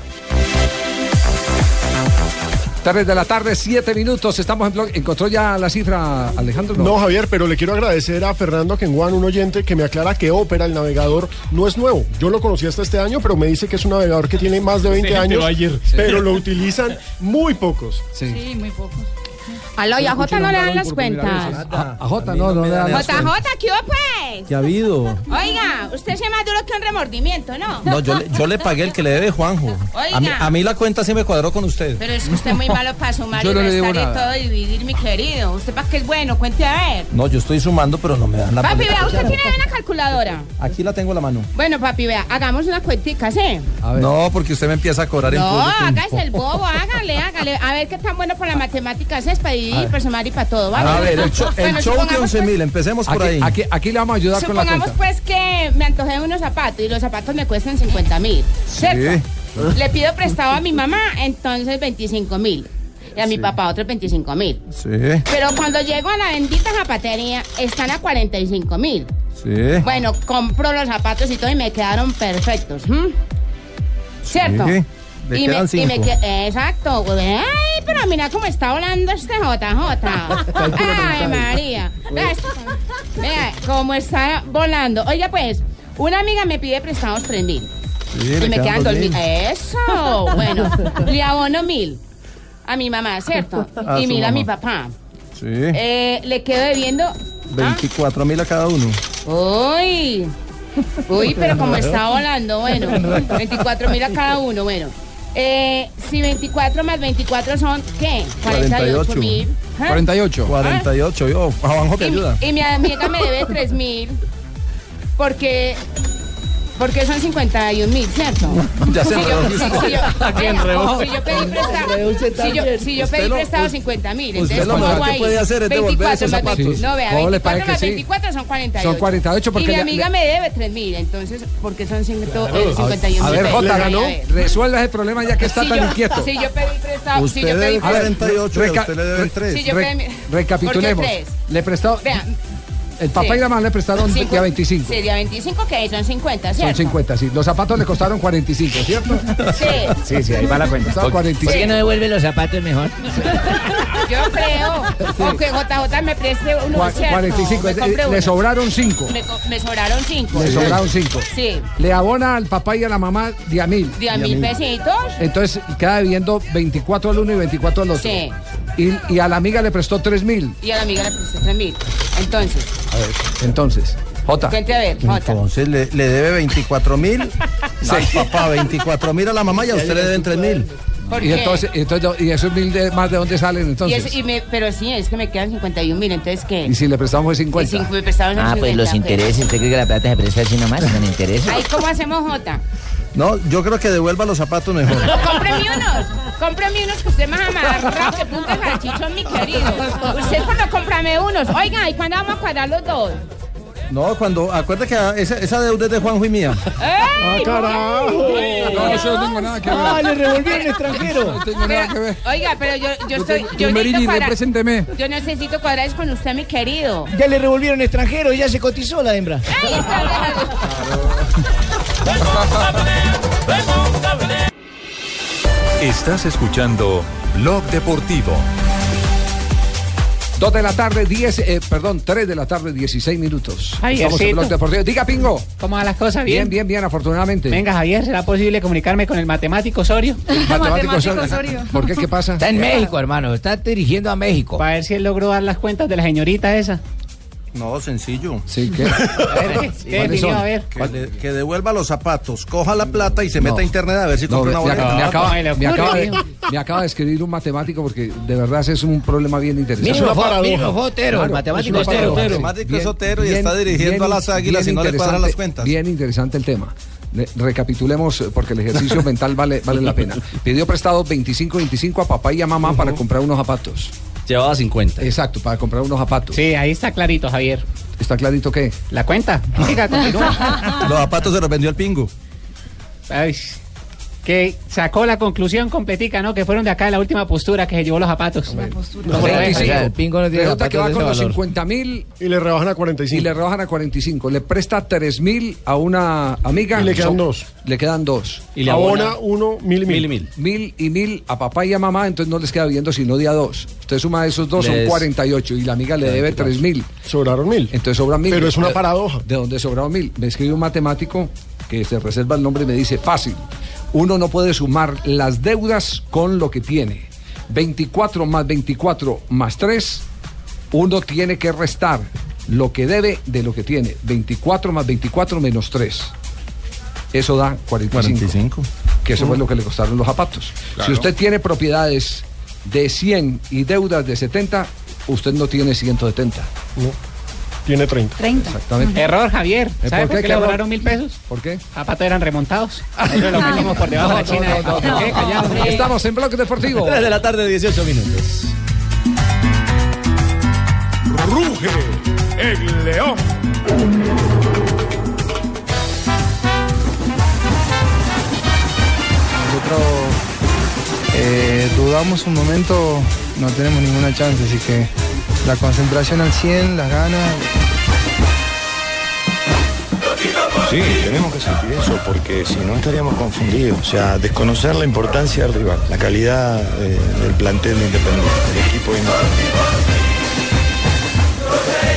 3 de la tarde, 7 minutos. Estamos en blog. ¿Encontró ya la cifra, Alejandro? No, Javier, pero le quiero agradecer a Fernando Kenguan, un oyente que me aclara que Opera, el navegador, no es nuevo. Yo lo conocí hasta este año, pero me dice que es un navegador que tiene más de 20 Este gente años, va ayer. pero lo utilizan muy pocos. Sí, muy poco. Aló, y a Jota no le dan las cuentas. A, a Jota, no, no le da la- JJ, ¿qué hubo pues? ¿Qué ha habido? Oiga, usted es más duro que un remordimiento, ¿no? No, yo le, yo le pagué el que le debe Juanjo. A mí, Oiga. a mí la cuenta sí me cuadró con usted. Pero es que usted es muy malo para sumar Yo y no le digo restar y nada. todo y dividir, mi querido. ¿Usted para qué es bueno? Cuente a ver. No, yo estoy sumando, pero no me dan la Papi, boleta. vea, usted tiene una calculadora. Aquí la tengo en la mano. Bueno, papi, vea, hagamos una cuentica, ¿sí? No, porque usted me empieza a cobrar en No, público. hágase el bobo, hágale, hágale. A ver qué tan bueno para las matemáticas es para dividir, para sumar y para todo, ¿vale? A ver, el, cho- el Bueno, show de supongamos, pues, 11 mil, empecemos por ahí. Aquí, aquí le vamos a ayudar con la supongamos, cuenta. pues que me antojé de unos zapatos y los zapatos me cuestan 50 mil, ¿cierto? Le pido prestado a mi mamá, entonces 25 mil. Y a mi papá otros 25 mil. Sí, Pero cuando llego a la bendita zapatería, están a 45 mil. sí. Bueno, compro los zapatos y todo y me quedaron perfectos. ¿m? ¿Cierto? Sí, le y quedan me, y me cinco. que- Exacto. güey. Ay, pero mira cómo está hablando este JJ. Ay, María. Vea, esto- vea cómo está volando. Oiga, pues, una amiga me pide prestados 3 mil. Sí, y le me quedan quedan dos 2 mil. mil. Eso. Bueno, le abono mil a mi mamá, ¿cierto? A y su mil a mamá. mi papá. Sí. Eh, le quedo debiendo 24 mil a cada uno. Uy, uy, pero como está volando, bueno, 24 mil a cada uno, bueno. Eh, si 24 más 24 son, ¿qué? 48 mil. ¿Ah? 48. 48, yo. A Juanjo me Y, ayuda. mi- y mi amiga me debe 3 mil porque, porque son 51 mil, ¿cierto? Ya se Si yo- enredó. si- si yo- Aquí enredó. si yo pedí prestado, Enredó usted si yo, también. si yo Usted pedí lo- prestado usted- 50 mil, usted entonces lo ¿cómo mejor hago que ahí? puede hacer es devolver 24 esos más zapatos. 20. No, vea, ¿Cómo le 24 parece más que sí? 24 son 48. Son 48 porque Y mi le- amiga le- me debe 3 mil, entonces, porque son 100, eh, A ver, 51 A mil ver, pesos. Jota, Ay, a ganó. ver. Resuelva ese problema ya que está Si tan yo- inquieto. Si yo pedí prestado, si yo pedí A ver, prestado. reca- usted le deben re- tres. Sí, yo re- pedí- recapitulemos. ¿Por qué tres? Le prestó, Vea, el papá sí. y la mamá le prestaron Cinco- ya 25. Sería 25, que ahí son 50, Son ¿cierto? 50, sí. Los zapatos le costaron 45, ¿cierto? Sí. Sí, sí, ahí va la cuenta. ¿Por- por qué no devuelve los zapatos mejor? Yo creo. O que JJ me preste uno, Cua- ¿cierto? 45, Me es- compré le uno. sobraron cinco. Me, co- me sobraron 5. Le sobraron cinco. Sí. Le abona al papá y a la mamá 10 mil. 10 mil pesitos. Entonces queda debiendo 24 al uno y 24 al otro. Sí. Y, y a la amiga le prestó 3 mil. Y a la amiga le presté 3 mil. Entonces, A ver, entonces, Jota. cuente a ver, Jota. Entonces le, le debe 24 mil al papá, 24 mil a la mamá y a usted le deben 3 mil. ¿Por Y qué? entonces, y entonces, y esos mil de- más de dónde salen Y entonces. eso- y me- pero sí, es que me quedan 51 mil, entonces ¿qué? Y si le prestamos de Y 50. cinco- me prestaron Ah, pues 50, los ok. intereses. ¿Usted cree que la plata se presta así nomás? Con intereses. Ay, ¿cómo hacemos, Jota? No, yo creo que devuelva los zapatos mejor. Cómpreme unos, cómpreme unos que usted más amarrado que punta de salchichón, mi querido. Usted cuando cómprame unos. Oiga, ¿y cuándo vamos a cuadrar los dos? No, cuando. Acuérdate que ah, esa, esa deuda es de Juanjo y mía. No, ¡Ey! yo no tengo nada que ver. Ah, le revolvieron extranjero. No tengo nada que ver. Oiga, pero yo, yo estoy. Yo Tumberini, necesito cuadrar. represénteme. Yo necesito cuadrar eso con usted, mi querido. Ya le revolvieron extranjero, ya se cotizó la hembra. Ahí está, déjalo. Estás escuchando Blog Deportivo. 2 de la tarde, 10, eh, perdón, 3 de la tarde, 16 minutos. Ay, Estamos en Ercito. Blog Deportivo. Diga, Pingo. ¿Cómo van las cosas? Bien, bien, bien, afortunadamente. Venga, Javier, ¿será posible comunicarme con el matemático Osorio? Matemático Osorio. ¿Por qué? ¿Qué pasa? Está en México, hermano. Está dirigiendo a México. Para ver si él logró dar las cuentas de la señorita esa. No, sencillo. Sí, ¿qué? ¿Qué definió? A ver. Que, le- que devuelva los zapatos, coja la plata y se meta a internet a ver si No, compra me, una me boleta. acaba, me acaba- Ay, le me ocurre, acaba de, hijo. me acaba de escribir un matemático porque de verdad es un problema bien interesante. Mínimo fue- mínimo fue Claro, Otero, el es matemático una Otero. paradoja, El sí. matemático Bien- es Otero y bien- está dirigiendo bien- a las Águilas bien y no le cuadran interesante- las cuentas. Bien interesante el tema. Le- Recapitulemos eh, porque el ejercicio mental vale, vale la pena. Pidió prestado 25-25 a papá y a mamá para comprar unos zapatos. Llevaba 50. Exacto, para comprar unos zapatos. Sí, ahí está clarito, Javier. ¿Está clarito qué? La Ah, cuenta. Siga, continúa. Los zapatos se los vendió el pingo. Ay, que sacó la conclusión con Petica, ¿no? Que fueron de acá en la última postura que se llevó los zapatos. No, Pero, 45. o sea, el pingo no tiene Resulta zapatos que va de con ese los valor. 50 mil. Y le rebajan a 45. Y le rebajan a 45. Le presta 3 mil a una amiga. Y le quedan Son- dos. Le quedan dos. Y le Abona abona uno, mil y mil. Mil y mil a papá y a mamá, entonces no les queda viendo sino día dos. Usted suma esos dos, son Les- 48. Y la amiga le debe 3 mil. Sobraron mil. Entonces sobran mil. Pero es una ¿De- paradoja. ¿De dónde sobraron mil? Me escribe un matemático que se reserva el nombre y me dice, fácil, uno no puede sumar las deudas con lo que tiene. 24 más 24 más 3, uno tiene que restar lo que debe de lo que tiene. 24 más 24 menos 3. Eso da 45. 45. Que eso Mm. fue lo que le costaron los zapatos. Si Claro. usted tiene propiedades de 100 y deudas de 70, usted no tiene 170. No. Tiene 30. 30. Exactamente. Error, Javier. ¿Eh, ¿Sabes por qué, le error? borraron mil pesos? ¿Por qué? Zapatos eran remontados. Nosotros lo metimos por debajo de la China. ¿Qué? Callado. Estamos en Bloque Deportivo. 3 de la tarde, 18 minutos. Ruge el león. Nosotros eh, dudamos un momento, no tenemos ninguna chance, así que la concentración al 100, las ganas. Sí, tenemos que sentir eso porque si no estaríamos confundidos. O sea, desconocer la importancia del rival, la calidad eh, del plantel de Independiente, del equipo de Independiente.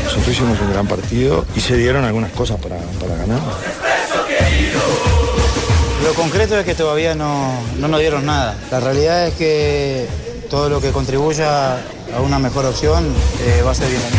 Nosotros hicimos un gran partido y se dieron algunas cosas para, para ganar. Lo concreto es que todavía no, no nos dieron nada. La realidad es que todo lo que contribuya a una mejor opción eh, va a ser bienvenido.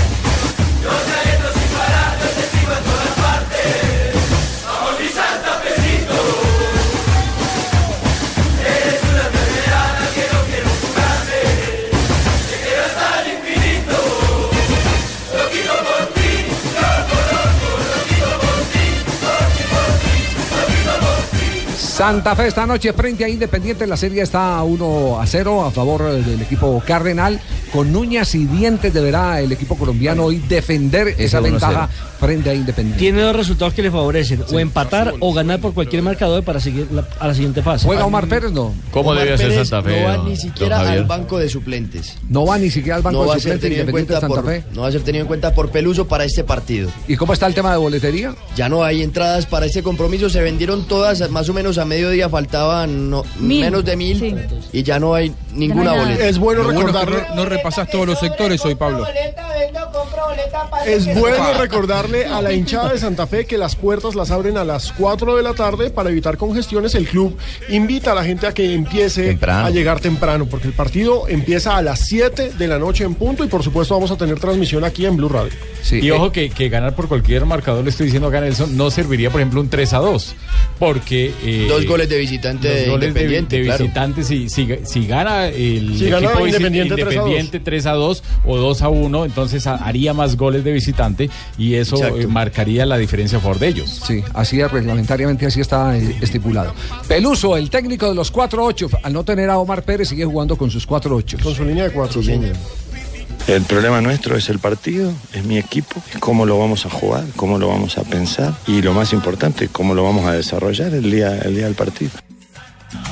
Santa Fe esta noche frente a Independiente. La serie está 1 a 0 a favor eh, del equipo Cardenal. Con uñas y dientes deberá el equipo colombiano hoy defender esa 1 a 0. ventaja frente a Independiente. Tiene dos resultados que le favorecen, o empatar o ganar por cualquier marcador para seguir la- a la siguiente fase. ¿Juega Omar Pérez? No. ¿Cómo Omar debe ser Pérez Santa Fe, no va don- ni don siquiera Javier? al Banco de suplentes. No va ni siquiera al banco No va, de a ser suplentes tenido en Independiente cuenta Santa por, Fe. no va a ser tenido en cuenta por Peluso para este partido. ¿Y cómo está el tema de boletería? Ya no hay entradas para este compromiso, se vendieron todas más o menos a mediodía, faltaban no- Mil, menos de mil y ya no hay ninguna boleta. Es bueno Lo bueno recordar que no repasas todos los sectores hoy, Pablo. que Es no bueno paga. recordarle a la hinchada de Santa Fe que las puertas las abren a las 4 de la tarde para evitar congestiones. El club invita a la gente a que empiece a llegar temprano, porque el partido empieza a las 7 de la noche en punto y por supuesto vamos a tener transmisión aquí en Blue Radio. y ojo que, que ganar por cualquier marcador, le estoy diciendo acá Nelson, no serviría, por ejemplo, un 3 a 2. Porque. eh, Dos goles de visitante dos de goles de- Independiente, de claro. visitante, si, si, si gana el Si gana equipo visi- Independiente, 3 a 2. Independiente 3 a 2 o 2 a 1, entonces ha- haría más goles de visitante y eso Exacto. eh, marcaría la diferencia a favor de ellos. Sí, así es, reglamentariamente así está eh, estipulado. Peluso, el técnico de los 4-8, al no tener a Omar Pérez, sigue jugando con sus 4-8. Con su línea de 4, El problema nuestro es el partido, es mi equipo, es cómo lo vamos a jugar, cómo lo vamos a pensar y lo más importante, cómo lo vamos a desarrollar el día, el día del partido.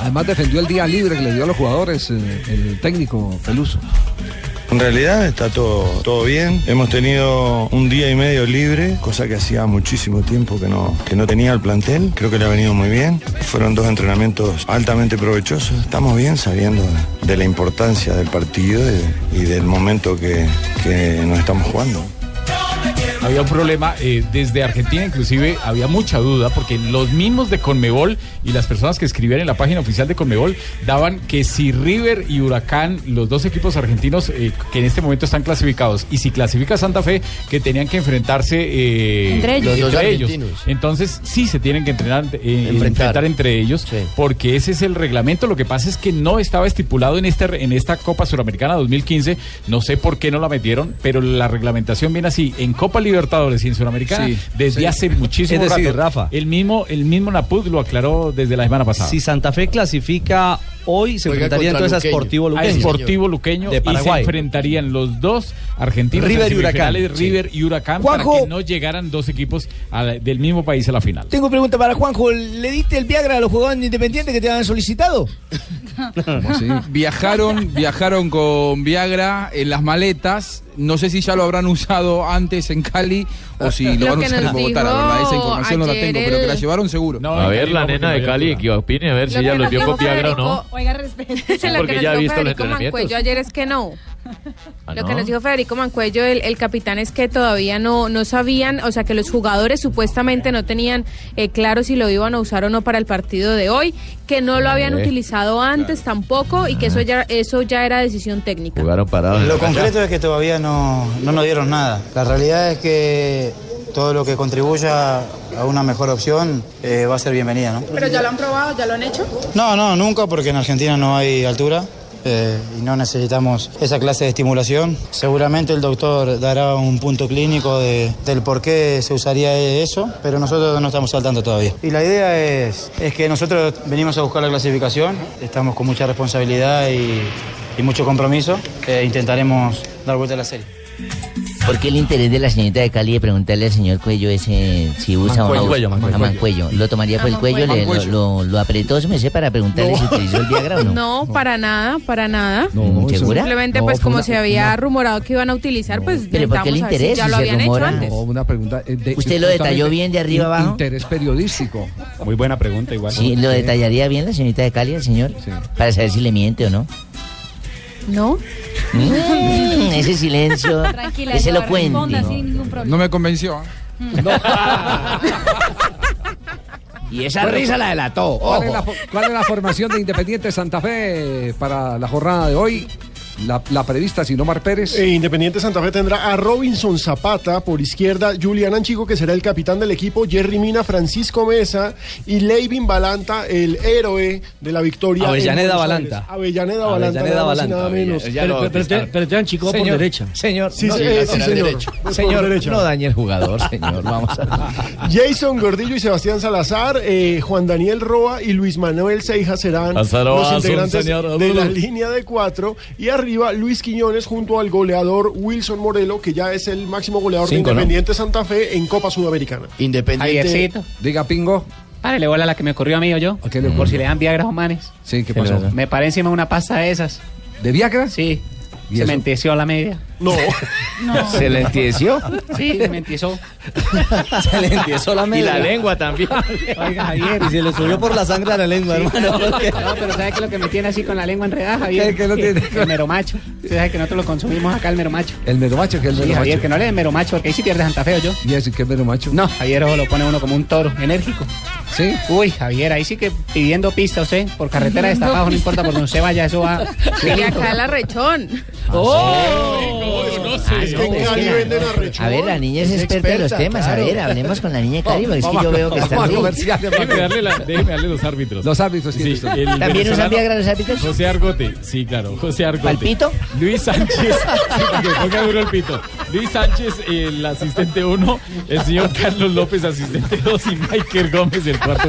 Además defendió el día libre que le dio a los jugadores eh, el técnico Peluso. En realidad está todo, todo bien. Hemos tenido un día y medio libre, cosa que hacía muchísimo tiempo que no, que no tenía el plantel. Creo que le ha venido muy bien. Fueron dos entrenamientos altamente provechosos. Estamos bien sabiendo de la importancia del partido y, y del momento que, que nos estamos jugando. Había un problema eh, desde Argentina, inclusive había mucha duda porque los mismos de Conmebol y las personas que escribían en la página oficial de Conmebol daban que si River y Huracán, los dos equipos argentinos eh, que en este momento están clasificados, y si clasifica Santa Fe, que tenían que enfrentarse eh, Entre ellos. Los dos entre ellos. argentinos. Entonces sí se tienen que entrenar, eh, enfrentar. entre ellos porque ese es el reglamento. Lo que pasa es que no estaba estipulado en este en esta Copa Suramericana 2015. No sé por qué no la metieron, pero la reglamentación viene así en Copa Libertadores y en Suramericana Sí, desde sí. hace muchísimo Es decir, rato. Eh, Rafa. El mismo el mismo Naput lo aclaró desde la semana pasada. Si Santa Fe clasifica Hoy se Juega enfrentaría contra entonces a Luqueño. Ah, Sportivo Luqueño. A Sportivo Luqueño De y se Paraguay. enfrentarían los dos argentinos River en y Huracán, semifinales, sí. River y Huracán para que no llegaran dos equipos a la- del mismo país a la final. Tengo pregunta para Juanjo. ¿Le diste el Viagra a los jugadores de independientes que te habían solicitado? Viajaron, viajaron con Viagra en las maletas. No sé si ya lo habrán usado antes en Cali o si lo, Lo van a que usar en nos Bogotá. La verdad, esa información no la ayer tengo, pero que la el- llevaron seguro. a ver, la nena de Cali, que opine, a ver si ella los vio con Viagra o no. Oiga, respete. Sí, porque ya ha visto los entrenamientos. Mancuello ayer es que no. Ah, Lo ¿no? que nos dijo Federico Mancuello, el, el capitán, es que todavía no, no sabían, o sea, que los jugadores supuestamente no tenían eh, claro si lo iban a usar o no para el partido de hoy, que no lo habían eh. utilizado antes tampoco y que eso ya, eso ya era decisión técnica. Jugaron parados. en Lo la cancha. concreto es que todavía no, no nos dieron nada. La realidad es que todo lo que contribuya a una mejor opción eh, va a ser bienvenida, ¿no? Pero ya lo han probado, ya lo han hecho. No, no, nunca, porque en Argentina no hay altura. eh, y no necesitamos esa clase de estimulación. Seguramente el doctor dará un punto clínico de- del por qué se usaría eso, pero nosotros no estamos saltando todavía. Y la idea es, es que nosotros venimos a buscar la clasificación, estamos con mucha responsabilidad y, y mucho compromiso. eh, intentaremos dar vuelta a la serie. ¿Por qué el interés de la señorita de Cali de preguntarle al señor Cuello ese si usa o no Mancuello, usa? Mancuello. a Mancuello? ¿Lo tomaría por el cuello? Le- lo, lo, lo apretó, se me sé, para preguntarle si utilizó el Viagra o no? No, para nada, para nada. No, ¿Segura? Simplemente, No, pues, fue como una- se había rumorado que iban a utilizar, pues, intentamos a ver si ya lo habían hecho antes. No, una pregunta. eh, de- ¿Usted lo detalló justamente bien de arriba in- abajo? Interés periodístico. Muy buena pregunta, igual. Sí, Eh, ¿Lo detallaría bien la señorita de Cali al señor? Para saber si le miente o no. No. Mm, ese silencio Tranquila, es Eduardo, elocuente. responda sin ningún No me convenció. ¿eh? Y esa risa la delató, ¿Cuál es ojo. la, fo- cuál es la formación de Independiente Santa Fe para la jornada de hoy? La, la prevista, si no Mar Pérez. Eh, Independiente Santa Fe tendrá a Robinson Zapata por izquierda, Julián Anchico, que será el capitán del equipo, Jerry Mina, Francisco Mesa y Leivin Balanta, el héroe de la victoria. en Avellaneda Buenos Balanta. Aires. Avellaneda Balanta. nada más y nada menos. Pero- pero- pero- pero te dan chico por Señor, derecha. Señor, Sí, no, sí, eh, sí, señor. derecho. Por Señor, derecha. no dañe el jugador, señor. Vamos a Jason Gordillo y Sebastián Salazar, eh, Juan Daniel Roa y Luis Manuel Seija serán Salazar los Oazo, integrantes señor. de la línea de cuatro. Y arriba Luis Quiñones junto al goleador Wilson Morelo, que ya es el máximo goleador Cinco, de ¿no? Independiente Santa Fe en Copa Sudamericana. Javiercito. Diga, Pingo. Párale bola a la que me ocurrió a mí o yo. Por si le dan Viagra a manes. Sí, ¿qué pasó? Me paré encima una pasta de esas. ¿De Viagra? Sí. ¿Y Se eso? me enteció a la media. No. ¿Se le entieció? Sí, se me entieció. Se le entiesó la media. Y la lengua también. Oiga, Javier. Y se le subió por la sangre a la lengua, hermano. porque- No, pero ¿sabes qué es lo que me tiene así con la lengua enredada, Javier? ¿Qué- qué lo tiene? El meromacho. Usted sabe que nosotros lo consumimos acá, el meromacho. El meromacho, que es el Sí, meromacho. Javier, que no le den meromacho, porque ahí sí pierde Santa Fe, ¿o yo. ¿Y eso qué es meromacho? No, Javier ojo, lo pone uno como un toro, enérgico. ¿Sí? Uy, Javier, ahí sí que pidiendo pista usted, por carretera Pidiendo destapada, no pista. importa por donde se vaya, eso va... Y acá el arrechón. Ah, Oh, Es que en Cali venden arrechón. A ver, la niña es, Es experta, en los experta, temas. claro. A ver, hablemos con la niña de Cali, porque es que yo veo que está muy... Déjeme darle, la- déjeme darle los árbitros. Los árbitros, sí. el ¿También venezolano usan Viagra los árbitros? José Argote, sí, claro. José Argote. ¿Palpito? Luis Sánchez. sí, porque ponga duro el pito. Luis Sánchez, el asistente 1. El señor Carlos López, asistente 2. Y Michael Gómez, el cuarto.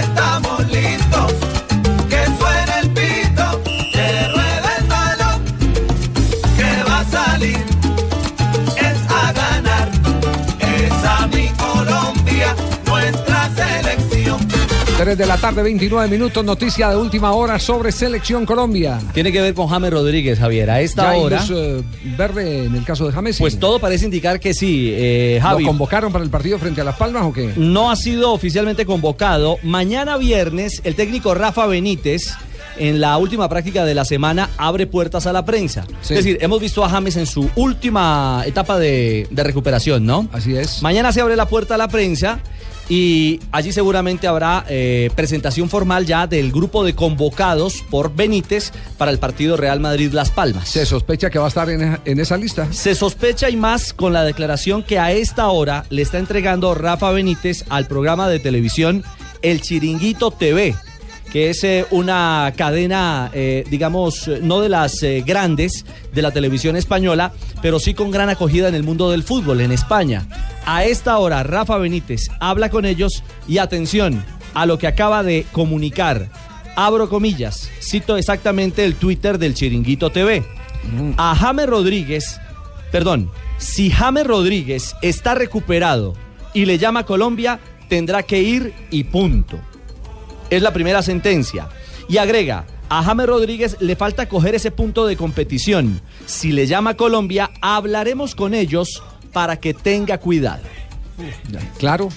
estamos listos. Que suene el pito, que ruede el balón. Que va a salir, es a ganar. Es a mi Colombia, nuestra selección. 3 de la tarde, 29 minutos, noticia de última hora sobre Selección Colombia. Tiene que ver con James Rodríguez, Javier. A esta ¿Ya hay hora. luz, eh, verde en el caso de James? Pues todo parece indicar que sí, eh, Javi. ¿Lo convocaron para el partido frente a Las Palmas o qué? No ha sido oficialmente convocado. Mañana viernes, el técnico Rafa Benítez, en la última práctica de la semana, abre puertas a la prensa. Sí. Es decir, hemos visto a James en su última etapa de, de recuperación, ¿no? Así es. Mañana se abre la puerta a la prensa y allí seguramente habrá eh, presentación formal ya del grupo de convocados por Benítez para el partido Real Madrid-Las Palmas. Se sospecha que va a estar en, esa- en esa lista. Se sospecha y más con la declaración que a esta hora le está entregando Rafa Benítez al programa de televisión El Chiringuito TV, que es eh, una cadena, eh, digamos, eh, no de las eh, grandes de la televisión española, pero sí con gran acogida en el mundo del fútbol en España. A esta hora, Rafa Benítez habla con ellos y atención a lo que acaba de comunicar. Abro comillas, cito exactamente el Twitter del Chiringuito TV. A James Rodríguez, perdón, si James Rodríguez está recuperado y le llama a Colombia, tendrá que ir y punto. Es la primera sentencia. Y agrega, a James Rodríguez le falta coger ese punto de competición. Si le llama Colombia, hablaremos con ellos para que tenga cuidado. Claro.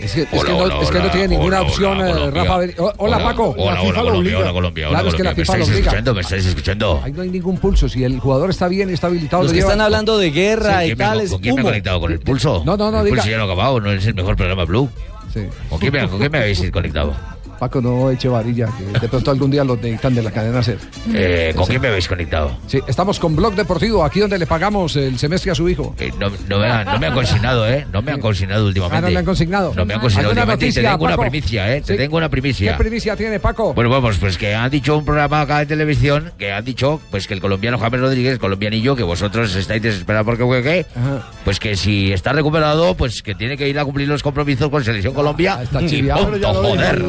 Es que, es Hola, que no, hola, es que no hola, tiene ninguna hola, opción, hola, eh, Colombia. Rafa. Benítez. O- Hola, Paco. la Hola, hola, FIFA lo Colombia, obliga. hola, Colombia. hola, Claro, es que la Colombia. FIFA ¿Me lo estáis obliga. escuchando? ¿Me estáis escuchando? Ahí no hay ningún pulso. Si el jugador está bien, está habilitado. Los lo que llevan- están hablando de guerra ¿Con quién me- ¿Con quién me he conectado? ¿Con el pulso? No, no, no, El diga. pulso ya lo he acabado, no es el mejor programa Blue. Sí. ¿Con quién me, con quién me habéis conectado? Paco, no eche varilla, que de pronto algún día los necesitan de la cadena SER. Eh, ¿Con quién me habéis conectado? Sí, estamos con Blog Deportivo, aquí donde le pagamos el semestre a su hijo. Eh, no, no me han, no me han consignado, ¿eh? No me han Ah, consignado no le han últimamente. consignado. No me han consignado ¿Alguna últimamente y te noticia, tengo una Paco? primicia, ¿eh? Te Sí. tengo una ¿Qué primicia. primicia tiene, Paco? Bueno, vamos, pues que han dicho un programa acá de televisión que han dicho pues que el colombiano James Rodríguez, el colombianillo, que vosotros estáis desesperados porque juegue, pues que si está recuperado, pues que tiene que ir a cumplir los compromisos con Selección Colombia. Ah, Está y chiviado. punto, joder.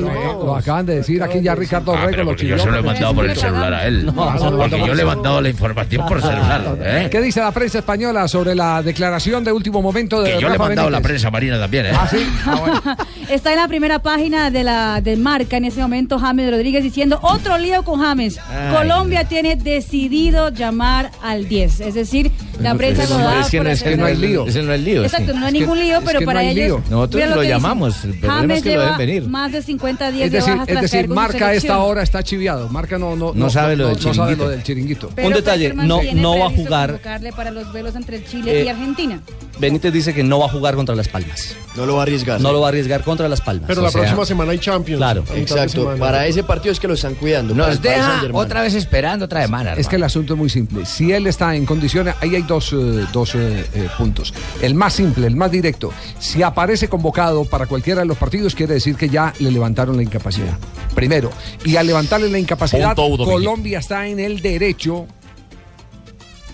Lo acaban de decir aquí ya Ricardo Ah, Rego, pero lo porque yo chivió. se lo he mandado por el celular a él. porque yo le he mandado la información por celular, ¿eh? ¿Qué dice la prensa española sobre la declaración de último momento de Que yo le he Rafa mandado la Benítez? Ah, prensa marina también, ¿eh? Está en la primera página de la de marca en ese momento James Rodríguez diciendo otro lío con James. Ay. Colombia tiene decidido llamar al 10. Es decir, la prensa lo da. Es que por no es que asegurado. no hay lío. Ese no es lío. Exacto, sí. no hay ningún lío, pero para ellos. Nosotros mira lo, que dicen. llamamos. El problema James es que lo lleva deben venir. más de 50 días Es de decir, baja es tras decir caer con su marca a esta selección. hora está chiviado. Marca no, no, No sabe lo del no sabe chiringuito. lo del chiringuito. Pero pues, Un detalle, Peckerman no- tiene no va a previsto jugar. convocarle para los duelos entre Chile Eh, y Argentina. Benítez dice que no va a jugar contra Las Palmas. No lo va a arriesgar. No lo va a arriesgar contra Las Palmas. Pero O la sea, próxima semana hay Champions. Claro. A mitad de Exacto. semana. Para ese partido es que lo están cuidando. para el Nos Paris deja Saint-Germain. otra vez esperando otra Es que el asunto es muy simple. Si él está en condiciones, ahí hay dos, eh, dos eh, eh, puntos. El más simple, el más directo. Si aparece convocado para cualquiera de los partidos, quiere decir que ya le levantaron la incapacidad. Primero. Y al levantarle la incapacidad, Punto, Udo, Colombia está en el derecho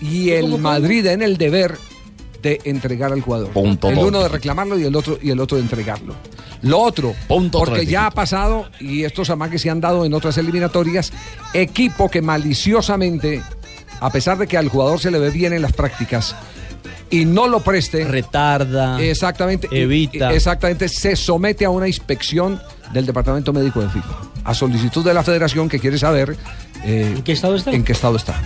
y el Madrid en el deber de entregar al jugador. Punto, el Udo, uno de reclamarlo y el otro y el otro de entregarlo. Lo otro, porque tres, ya ha pasado y estos amagues se han dado en otras eliminatorias, equipo que maliciosamente, a pesar de que al jugador se le ve bien en las prácticas y no lo preste, retarda, exactamente, y- evita. y- exactamente, se somete a una inspección del departamento médico de FIFA a solicitud de la Federación que quiere saber ¿En, qué estado está? en qué estado está.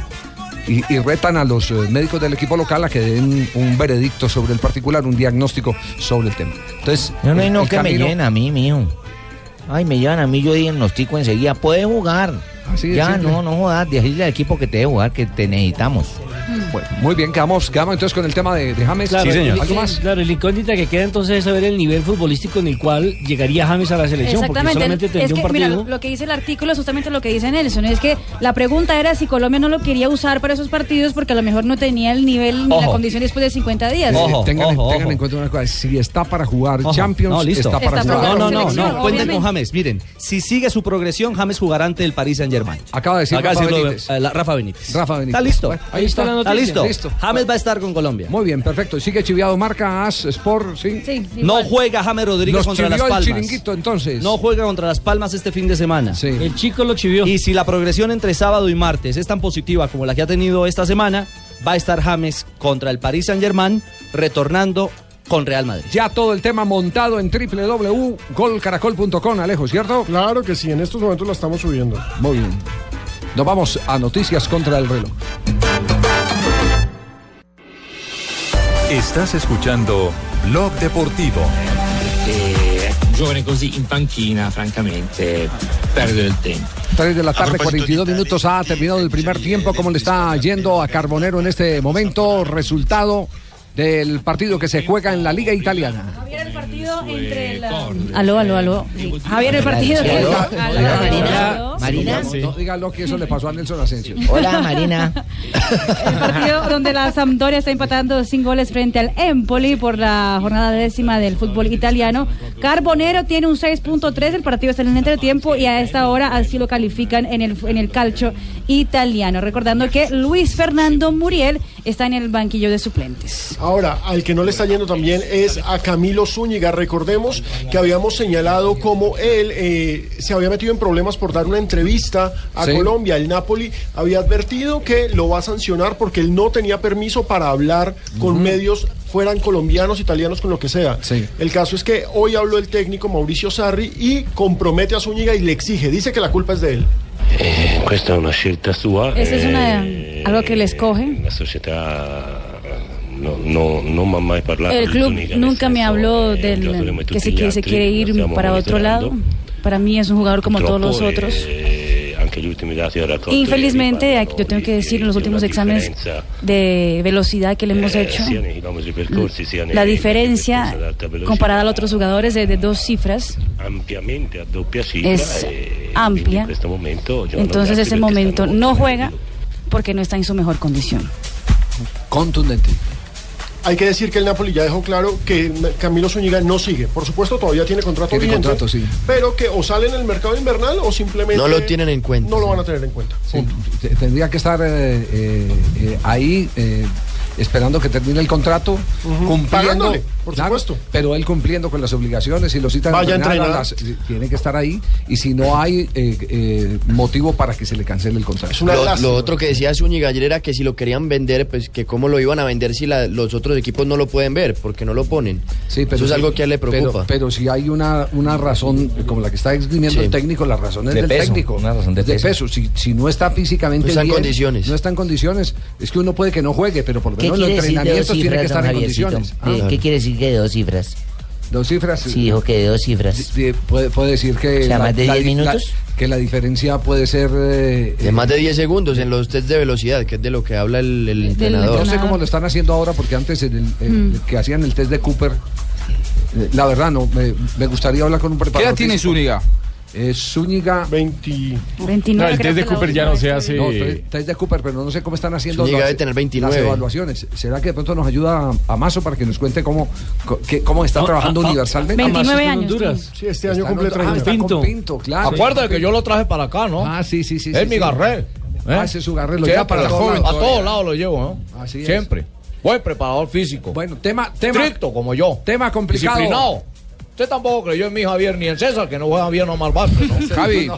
Y, y retan a los eh, médicos del equipo local a que den un veredicto sobre el particular, un diagnóstico sobre el tema. Entonces, No, no, el- no, el que me camino- lleven a mí, mío. Ay, me llevan a mí, yo diagnostico enseguida. Puede jugar. Así de ya, simple. no, no jodas. Decirle al equipo que te debe jugar, que te necesitamos. Bueno, muy bien, quedamos, quedamos entonces con el tema de, de James. Claro, ¿Algo más? Claro, el incógnita que queda entonces es saber el nivel futbolístico en el cual llegaría James a la selección, porque solamente tendría es un que, mira, partido. lo, lo que dice el artículo es justamente lo que dice Nelson. Es que la pregunta era si Colombia no lo quería usar para esos partidos porque a lo mejor no tenía el nivel ni la Ojo. condición después de 50 días. Eh, tengan tengan en cuenta una cosa, si está para jugar Ojo, Champions, no, listo. está para jugar. No, no, no, no, Obviamente. Cuenten con James. Miren, si sigue su progresión, James jugará ante el Paris Saint Germain. Acaba de decir Rafa decirlo, Benítez. eh, la- Rafa Benítez. Rafa Benítez. Está listo. Bueno, ahí está, la noticia. listo. Listo. James va a estar con Colombia. Muy bien, perfecto. Sigue chiviado marca As Sport, ¿sí? No juega James Rodríguez Los contra las chivió el Palmas. chiringuito, entonces. No juega contra las Palmas este fin de semana. El chico lo chivió. Y si la progresión entre sábado y martes es tan positiva como la que ha tenido esta semana, va a estar James contra el Paris Saint Germain retornando con Real Madrid. Ya todo el tema montado en www.golcaracol.com, Alejo, ¿cierto? Claro que sí, en estos momentos la estamos subiendo. Muy bien. Nos vamos a noticias contra el reloj. Estás escuchando Blog Deportivo. perché Eh, giovane così in panchina francamente perdere il tempo 3 de la tarde, propósito 42 minutos. Ha terminado el primer tiempo. ¿Cómo le está yendo a Carbonero en este momento? Resultado del partido que se juega en la Liga Italiana. Javier, el partido entre la... Aló, aló, aló. Javier, el partido... Aló. Aló. Aló. Marina. No, no diga lo que eso le pasó a Nelson Asensio. Hola, Marina. partido donde la Sampdoria está empatando sin goles frente al Empoli por la jornada décima del fútbol italiano. Carbonero tiene un 6.3, el partido está en el entretiempo y a esta hora así lo califican en el, en el calcio italiano. Recordando que Luis Fernando Muriel está en el banquillo de suplentes. Ahora, al que no le está yendo también es a Camilo Zúñiga. Recordemos que habíamos señalado cómo él eh, se había metido en problemas por dar una entrevista a Sí. Colombia. El Napoli había advertido que lo va a sancionar porque él no tenía permiso para hablar con medios fueran colombianos, italianos, con lo que sea. El caso es que hoy habló el técnico Mauricio Sarri y compromete a Zúñiga y le exige, dice que la culpa es de él. Eh, questa è una scelta sua. Esa es eh, una, algo que les coge. La società no- no- non mi ha mai parlato. El di club Zuniga, nel nunca me habló giocatori del come que se, tutti gli que se altri, quiere lo ir stiamo para otro monitorando. lado. Para mí es un jugador como todos los Purtroppo, otros. eh, anche gli ultimi dati del raccolto. Infelizmente, aquí yo tengo que decir, en los últimos exámenes de velocidad que le hemos hecho, eh, sia nei chilometri percorsi sia nei Mm. la nei diferencia percorsi ad alta velocità, comparada a otros jugadores es de dos cifras. ampiamente a doppia cifra Es e quindi in amplia. questo momento Giovanni Eh Entonces, Alberti ese momento no juega porque no está en su mejor condición. Contundente. Hay que decir que el Napoli ya dejó claro que Camilo Zúñiga no sigue. Por supuesto, todavía tiene contrato Tiene vigente, contrato, sí. Pero que o sale en el mercado invernal o simplemente... No lo tienen en cuenta. No lo van a tener en cuenta. Punto. Te- Tendría que estar eh, eh, eh, ahí eh, esperando que termine el contrato, cumpliendo, Pagándole, por supuesto. pero él cumpliendo con las obligaciones y lo citan a Vaya a entrenar. las- eh, tiene que estar ahí y si no hay eh, eh, motivo para que se le cancele el contrato. Lo, lo otro que decía Zúñiga ayer era que si lo querían vender, pues que cómo lo iban a vender si la- los otros equipos no lo pueden ver, porque no lo ponen. Eso es sí, algo que a él le pero- preocupa. Pero, si hay una, una razón, como la que está esgrimiendo Sí. el técnico, las razones De del peso, técnico. una razón de peso. Si, si no está físicamente No está en bien, condiciones. No está en condiciones. Es que uno puede que no juegue, pero por lo ¿Qué menos los quiere decir de dos entrenamientos tiene cifras, que estar don en Javiercito? condiciones. Ah, Eh, ¿Qué quiere decir que de dos cifras? ¿Dos cifras? Sí, dijo que de dos cifras. De- puede, puede decir que... O sea, más de 10 di- minutos. que la diferencia puede ser... eh, De más de 10 segundos en los test de velocidad, que es de lo que habla el, el entrenador. No sé cómo lo están haciendo ahora, porque antes en el, en Mm. el que hacían el test de Cooper, eh, la verdad no, me, me gustaría hablar con un ¿Qué preparador. edad tiene físico. Zúñiga? Eh, Zúñiga 20... No, el creo test que de la Cooper ya última no vez se que lo hace. vi. No, test, test de Cooper, pero no sé cómo están haciendo Zúñiga las- este debe tener 29. las evaluaciones. ¿Será que de pronto nos ayuda a, a Mazo para que nos cuente cómo, co- que- cómo está Ah, trabajando universalmente? Sí, este Está año en cumple otra- ah, 30. está con Pinto. claro. Acuérdate que yo lo traje para acá, ¿no? Ah, sí, sí, sí. Es sí, mi sí. garré. Ah, ese es su garré, lo Sí, lleva para pero todo lado A todavía. todos lados lo llevo, ¿no? Así es. Siempre. Buen preparador físico. Bueno, tema, tema. Estricto como yo. Tema complicado. Disciplinado. Usted tampoco creyó en mi Javier ni en César, que no juega bien nomás básquet, ¿no? Javi,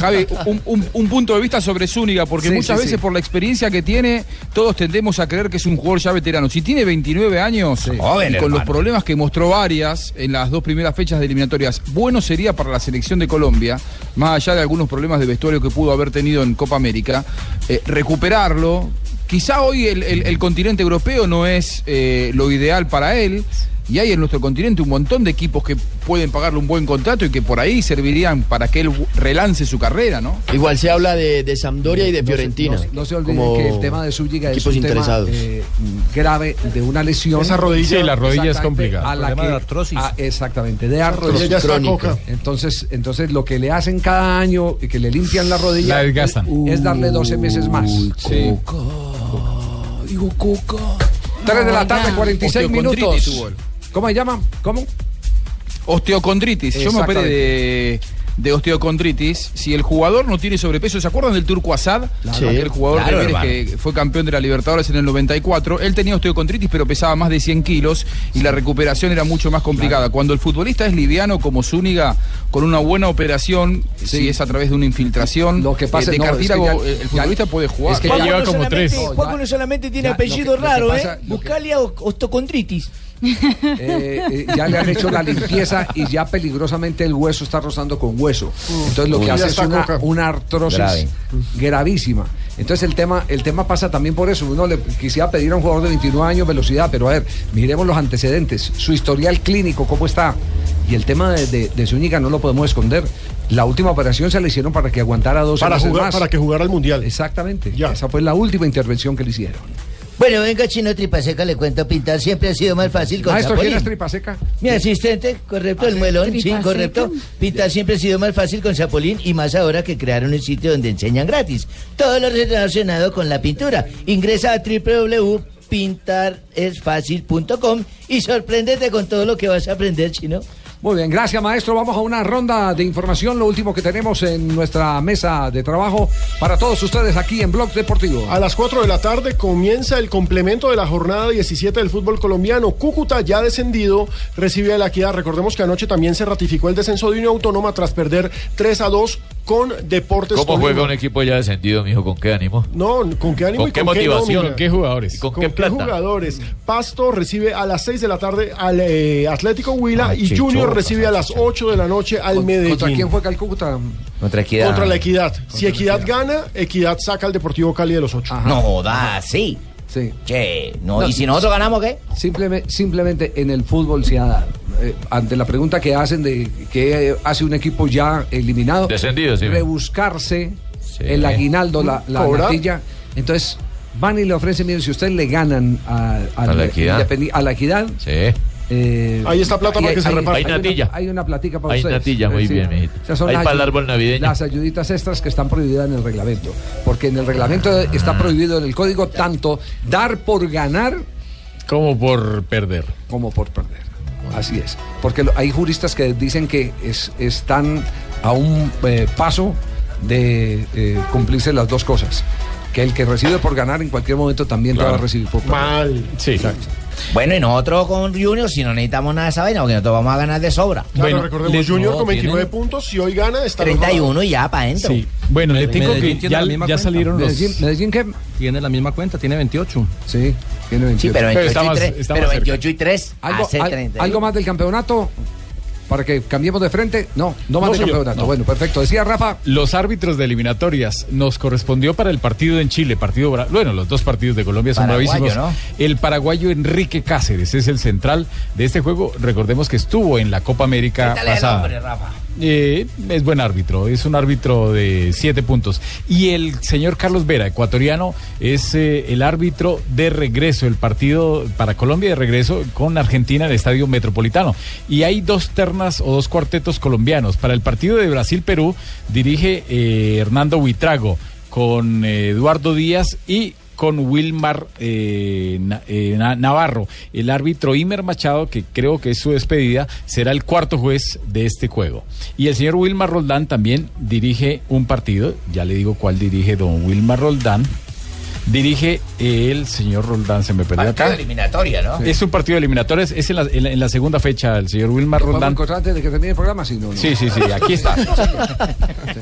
Javi, un, un- un punto de vista sobre Zúñiga, porque Sí, muchas sí, veces sí. por la experiencia que tiene, todos tendemos a creer que es un jugador ya veterano. Si tiene 29 años, y Joven, con los hermano. problemas que mostró varias en las dos primeras fechas de eliminatorias, bueno sería para la selección de Colombia, más allá de algunos problemas de vestuario que pudo haber tenido en Copa América, eh, recuperarlo. Quizá hoy el, el- el continente europeo no es eh, lo ideal para él. Y hay en nuestro continente un montón de equipos que pueden pagarle un buen contrato y que por ahí servirían para que él relance su carrera, ¿no? Igual se habla de, de Sampdoria y de No se- Fiorentina. no se- No se olviden como que el tema de Zúñiga es equipos un interesados. tema eh, grave de una lesión. Esa rodilla- Sí, la rodilla es Exactamente, complicada. A la Problema que- de artrosis. ah, exactamente, de artrosis. Rodilla está Crónica. coca. Entonces, entonces lo que le hacen cada año y que le limpian la rodilla La desgastan. es- es darle 12 meses más. Sí. Digo coca. 3 de la tarde, 46 Osteocondritis minutos. tuvo él. ¿Cómo se llama? ¿Cómo? Osteocondritis. Yo me operé de, de osteocondritis. Si el jugador no tiene sobrepeso, ¿se acuerdan del turco Asad? Sí. Aquel jugador Claro, de Vélez hermano. que fue campeón de la Libertadores en el 94. Él tenía osteocondritis, pero pesaba más de 100 kilos y la recuperación era mucho más complicada. Cuando el futbolista es liviano, como Zúñiga, con una buena operación, si es a través de una infiltración Lo que pasa- eh, de no, es que cartílago, ya- eh, el futbolista puede jugar. es que ya- Lleva como tres. Juan No, ya- Pablo solamente tiene ya, lo que- apellido lo que raro, pasa- ¿eh? lo que- Buscale a ostocondritis. Eh, eh, ya le han hecho la limpieza y ya peligrosamente el hueso está rozando con hueso. Entonces lo Uy. que Ya hace es está una, coca. una artrosis Grave. gravísima. Entonces el tema, el tema pasa también por eso. Uno le quisiera pedir a un jugador de 29 años velocidad, pero a ver, miremos los antecedentes, su historial clínico, cómo está. Y el tema de, de, de Zúñiga no lo podemos esconder. La última operación se le hicieron para que aguantara dos Para meses jugar- más. para que jugara al Mundial. Exactamente. Esa fue la última intervención que le hicieron. Bueno, venga, chino tripaseca, le cuento pintar. Siempre ha sido más fácil con Maestro, ¿quién Zapolín. es tripa seca? Mi asistente, correcto, el muelón, sí, tripaseca. correcto. Pintar siempre ha sido más fácil con Zapolín y más ahora que crearon un sitio donde enseñan gratis. Todo lo relacionado con la pintura. Ingresa a www.pintaresfacil.com y sorpréndete con todo lo que vas a aprender, chino. Muy bien, gracias maestro. Vamos a una ronda de información, lo último que tenemos en nuestra mesa de trabajo para todos ustedes aquí en Blog Deportivo. A las 4 de la tarde comienza el complemento de la jornada 17 del fútbol colombiano. Cúcuta ya descendido recibe a la equidad. Recordemos que anoche también se ratificó el descenso de Unión Autónoma tras perder 3 a 2 con Deportes ¿Cómo Tolima. juega un equipo ya descendido, mijo? ¿Con qué ánimo? No, ¿con qué ánimo ¿Con y qué con qué motivación? nómina? jugadores? ¿Con, ¿Con qué qué, plata? jugadores? Pasto recibe a las 6 de la tarde al eh, Atlético Huila Ay, y chichorro, Junior recibe a las 8 de la noche al Medellín. ¿Contra quién juega el Cúcuta? Contra Contra la Equidad. si Equidad, gana, Equidad saca al Deportivo Cali de los 8. No, da, sí. Sí. Che, no, y si nosotros ganamos, ¿qué? Simplemente, simplemente en el fútbol se ha eh, ante la pregunta que hacen de qué hace un equipo ya eliminado, Descendido, sí. rebuscarse el aguinaldo, la, la Cobrar. natilla. Entonces van y le ofrecen, miren, si ustedes le ganan a, al- A la equidad. independi- a la equidad, Sí. eh, Ahí está plata para que se reparta. Hay natilla. Hay una platica para Hay ustedes. natilla, muy Sí. bien, mijito. Esas son Hay las para el ayu- árbol navideño. Las ayuditas extras que están prohibidas en el reglamento. Porque en el reglamento está prohibido en el código tanto dar por ganar. Como por perder. Como por perder. Así es. Porque lo- hay juristas que dicen que es- están a un eh, paso de eh, cumplirse las dos cosas. Que el que recibe por ganar en cualquier momento también lo va a recibir por perder. Mal. Sí. Bueno, y nosotros con Junior, si no necesitamos nada de esa vaina, porque nosotros vamos a ganar de sobra. Claro, recordemos, Junior no, con 29 tienen puntos, si hoy gana, está 31 y ya para adentro. Sí. Bueno, le Medellín digo que tiene ya, la misma ya cuenta. salieron los. Medellín- qué? Tiene la misma cuenta, tiene 28. Sí, tiene 28. Sí, pero 28 está y más- tres- está pero más cerca. 28 y tres ¿Algo, hace al- 31. algo más del campeonato? Para que cambiemos de frente. No, no más No, del señor, campeonato. no. Bueno, perfecto. Decía Rafa. Los árbitros de eliminatorias nos correspondió para el partido en Chile, partido bra- bueno, los dos partidos de Colombia son Paraguayo, bravísimos. ¿no? El paraguayo Enrique Cáceres es el central de este juego. Recordemos que estuvo en la Copa América Dale el pasada. hombre, Rafa. Eh, es buen árbitro, es un árbitro de siete puntos. Y el señor Carlos Vera, ecuatoriano, es eh, el árbitro de regreso, el partido para Colombia de regreso con Argentina en el Estadio Metropolitano. Y hay dos ternas o dos cuartetos colombianos. Para el partido de Brasil-Perú dirige eh, Hernando Buitrago con eh, Eduardo Díaz y con Wilmar eh, Na- eh, Na- Navarro. El árbitro Imer Machado, que creo que es su despedida, será el cuarto juez de este juego. Y el señor Wilmar Roldán también dirige un partido, ya le digo cuál dirige don Wilmar Roldán. Dirige eh, el señor Roldán, se me perdió Partido acá. eliminatoria, ¿no? Es un partido de eliminatorias, es en la, en la- en la segunda fecha el señor Wilmar ¿Vamos a Roldán. encontrar antes de que termine el programa? Sí, no, no. Sí, sí, sí, aquí está.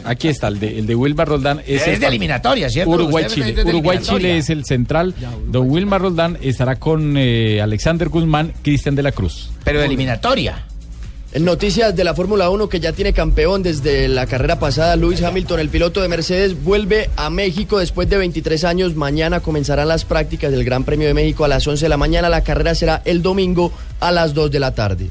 Aquí está, el de, el de Wilmar Roldán. Es de eliminatoria, ¿cierto? Ustedes Uruguay-Chile. es de Uruguay-Chile eliminatoria. es el central. Don Wilmar Roldán estará con eh, Alexander Guzmán, Cristian de la Cruz. Pero de eliminatoria. En noticias de la Fórmula 1 que ya tiene campeón desde la carrera pasada, Lewis Hamilton, el piloto de Mercedes, vuelve a México después de 23 años. Mañana comenzarán las prácticas del Gran Premio de México a las 11 de la mañana. La carrera será el domingo a las 2 de la tarde.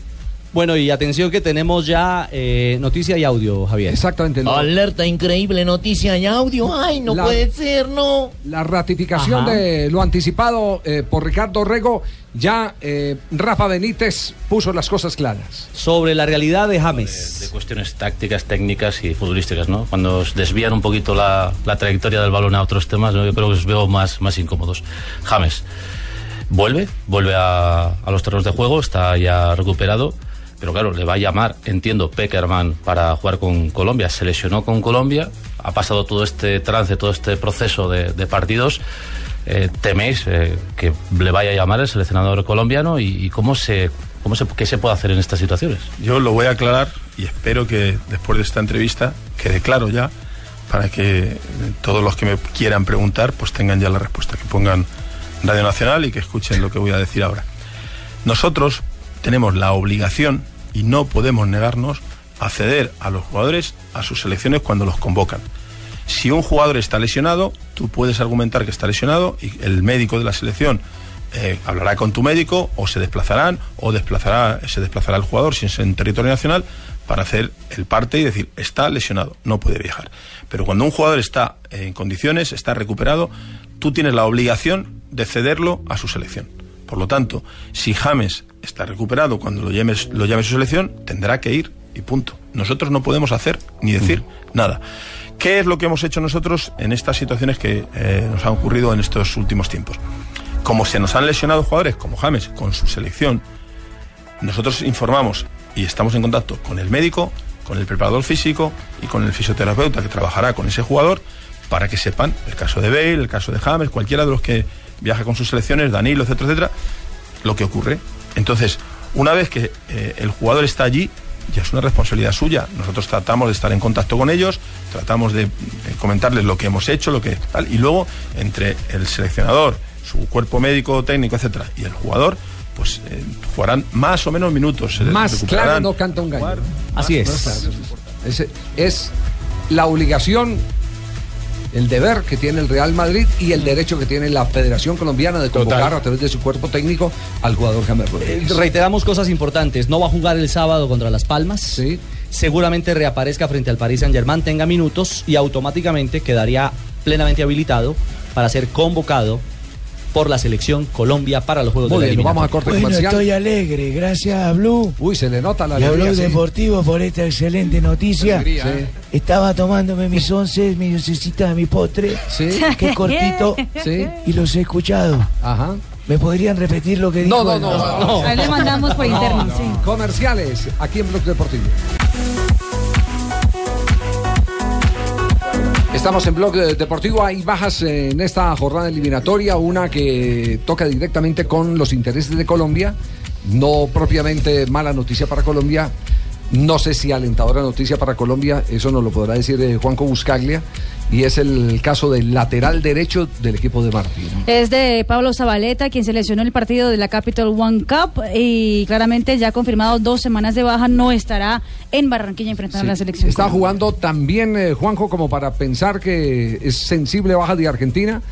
Bueno, y atención que tenemos ya eh, noticia y audio, Javier. Exactamente. Alerta increíble, noticia y audio. Ay, no La- puede ser, no. La ratificación Ajá. de lo anticipado eh, por Ricardo Rego, ya eh, Rafa Benítez puso las cosas claras. Sobre la realidad de James. de cuestiones tácticas, técnicas y futbolísticas, ¿no? Cuando os desvían un poquito la, la trayectoria del balón a otros temas, ¿no? yo creo que os veo más, más incómodos. James, vuelve, vuelve a, a los terrenos de juego, está ya recuperado, pero claro, le va a llamar, entiendo, Peckerman para jugar con Colombia. Se lesionó con Colombia, ha pasado todo este trance, todo este proceso de, de partidos. Eh, ¿Teméis eh, que le vaya a llamar el seleccionador colombiano y, y cómo se, cómo se, qué se puede hacer en estas situaciones? Yo lo voy a aclarar y espero que después de esta entrevista quede claro ya para que eh, todos los que me quieran preguntar pues tengan ya la respuesta, que pongan Radio Nacional y que escuchen lo que voy a decir ahora. Nosotros tenemos la obligación y no podemos negarnos a ceder a los jugadores a sus selecciones cuando los convocan. Si un jugador está lesionado, tú puedes argumentar que está lesionado y el médico de la selección eh, hablará con tu médico o se desplazarán o desplazará, se desplazará el jugador si es en territorio nacional para hacer el parte y decir está lesionado, no puede viajar. Pero cuando un jugador está en condiciones, está recuperado, tú tienes la obligación de cederlo a su selección. Por lo tanto, si James está recuperado cuando lo, llames, lo llame su selección, tendrá que ir y punto. Nosotros no podemos hacer ni decir nada. ¿Qué es lo que hemos hecho nosotros en estas situaciones que eh, nos han ocurrido en estos últimos tiempos? Como se nos han lesionado jugadores como James con su selección, nosotros informamos y estamos en contacto con el médico, con el preparador físico y con el fisioterapeuta que trabajará con ese jugador para que sepan el caso de Bale, el caso de James, cualquiera de los que viaja con sus selecciones, Danilo, etcétera, etcétera, lo que ocurre. Entonces, una vez que eh, el jugador está allí, ya es una responsabilidad suya. Nosotros tratamos de estar en contacto con ellos, tratamos de eh, comentarles lo que hemos hecho, lo que tal, y luego entre el seleccionador, su cuerpo médico, técnico, etcétera, y el jugador, pues eh, jugarán más o menos minutos. se Más claro recuperarán. no canta un gallo. Así es. Más- más claro, eso importa. Ese es la obligación, el deber que tiene el Real Madrid y el derecho que tiene la Federación Colombiana de convocar a través de su cuerpo técnico al jugador James Rodríguez. Eh, Reiteramos cosas importantes. No va a jugar el sábado contra Las Palmas. Seguramente reaparezca frente al Paris Saint Germain, tenga minutos y automáticamente quedaría plenamente habilitado para ser convocado por la selección Colombia para los Juegos Muy de la bien, nos vamos a corte eliminatoria. Bueno, comercial. estoy alegre, gracias a Blue. Uy, se le nota la y a alegría, Blog sí. ¿eh? Deportivo por esta excelente noticia. Estaba tomándome mis once, mis oncecitas, mi postre. Sí. Qué cortito. Sí. Y los he escuchado. Ajá. ¿Me podrían repetir lo que No, dijo? no, el- no. Ahí le mandamos por interno, sí. Comerciales, aquí en Blog Deportivo. Estamos en Blog eh, Deportivo, hay bajas eh, en esta jornada eliminatoria, una que toca directamente con los intereses de Colombia, no propiamente mala noticia para Colombia, no sé si alentadora noticia para Colombia, eso nos lo podrá decir eh, Juanco Buscaglia, y es el caso del lateral derecho del equipo de Martín. Es de Pablo Zabaleta, quien se lesionó en el partido de la Capital One Cup y claramente ya ha confirmado dos semanas de baja, no estará en Barranquilla enfrentando a la Sí. selección. Está Colombia. jugando también eh, Juanjo como para pensar que es sensible baja de Argentina.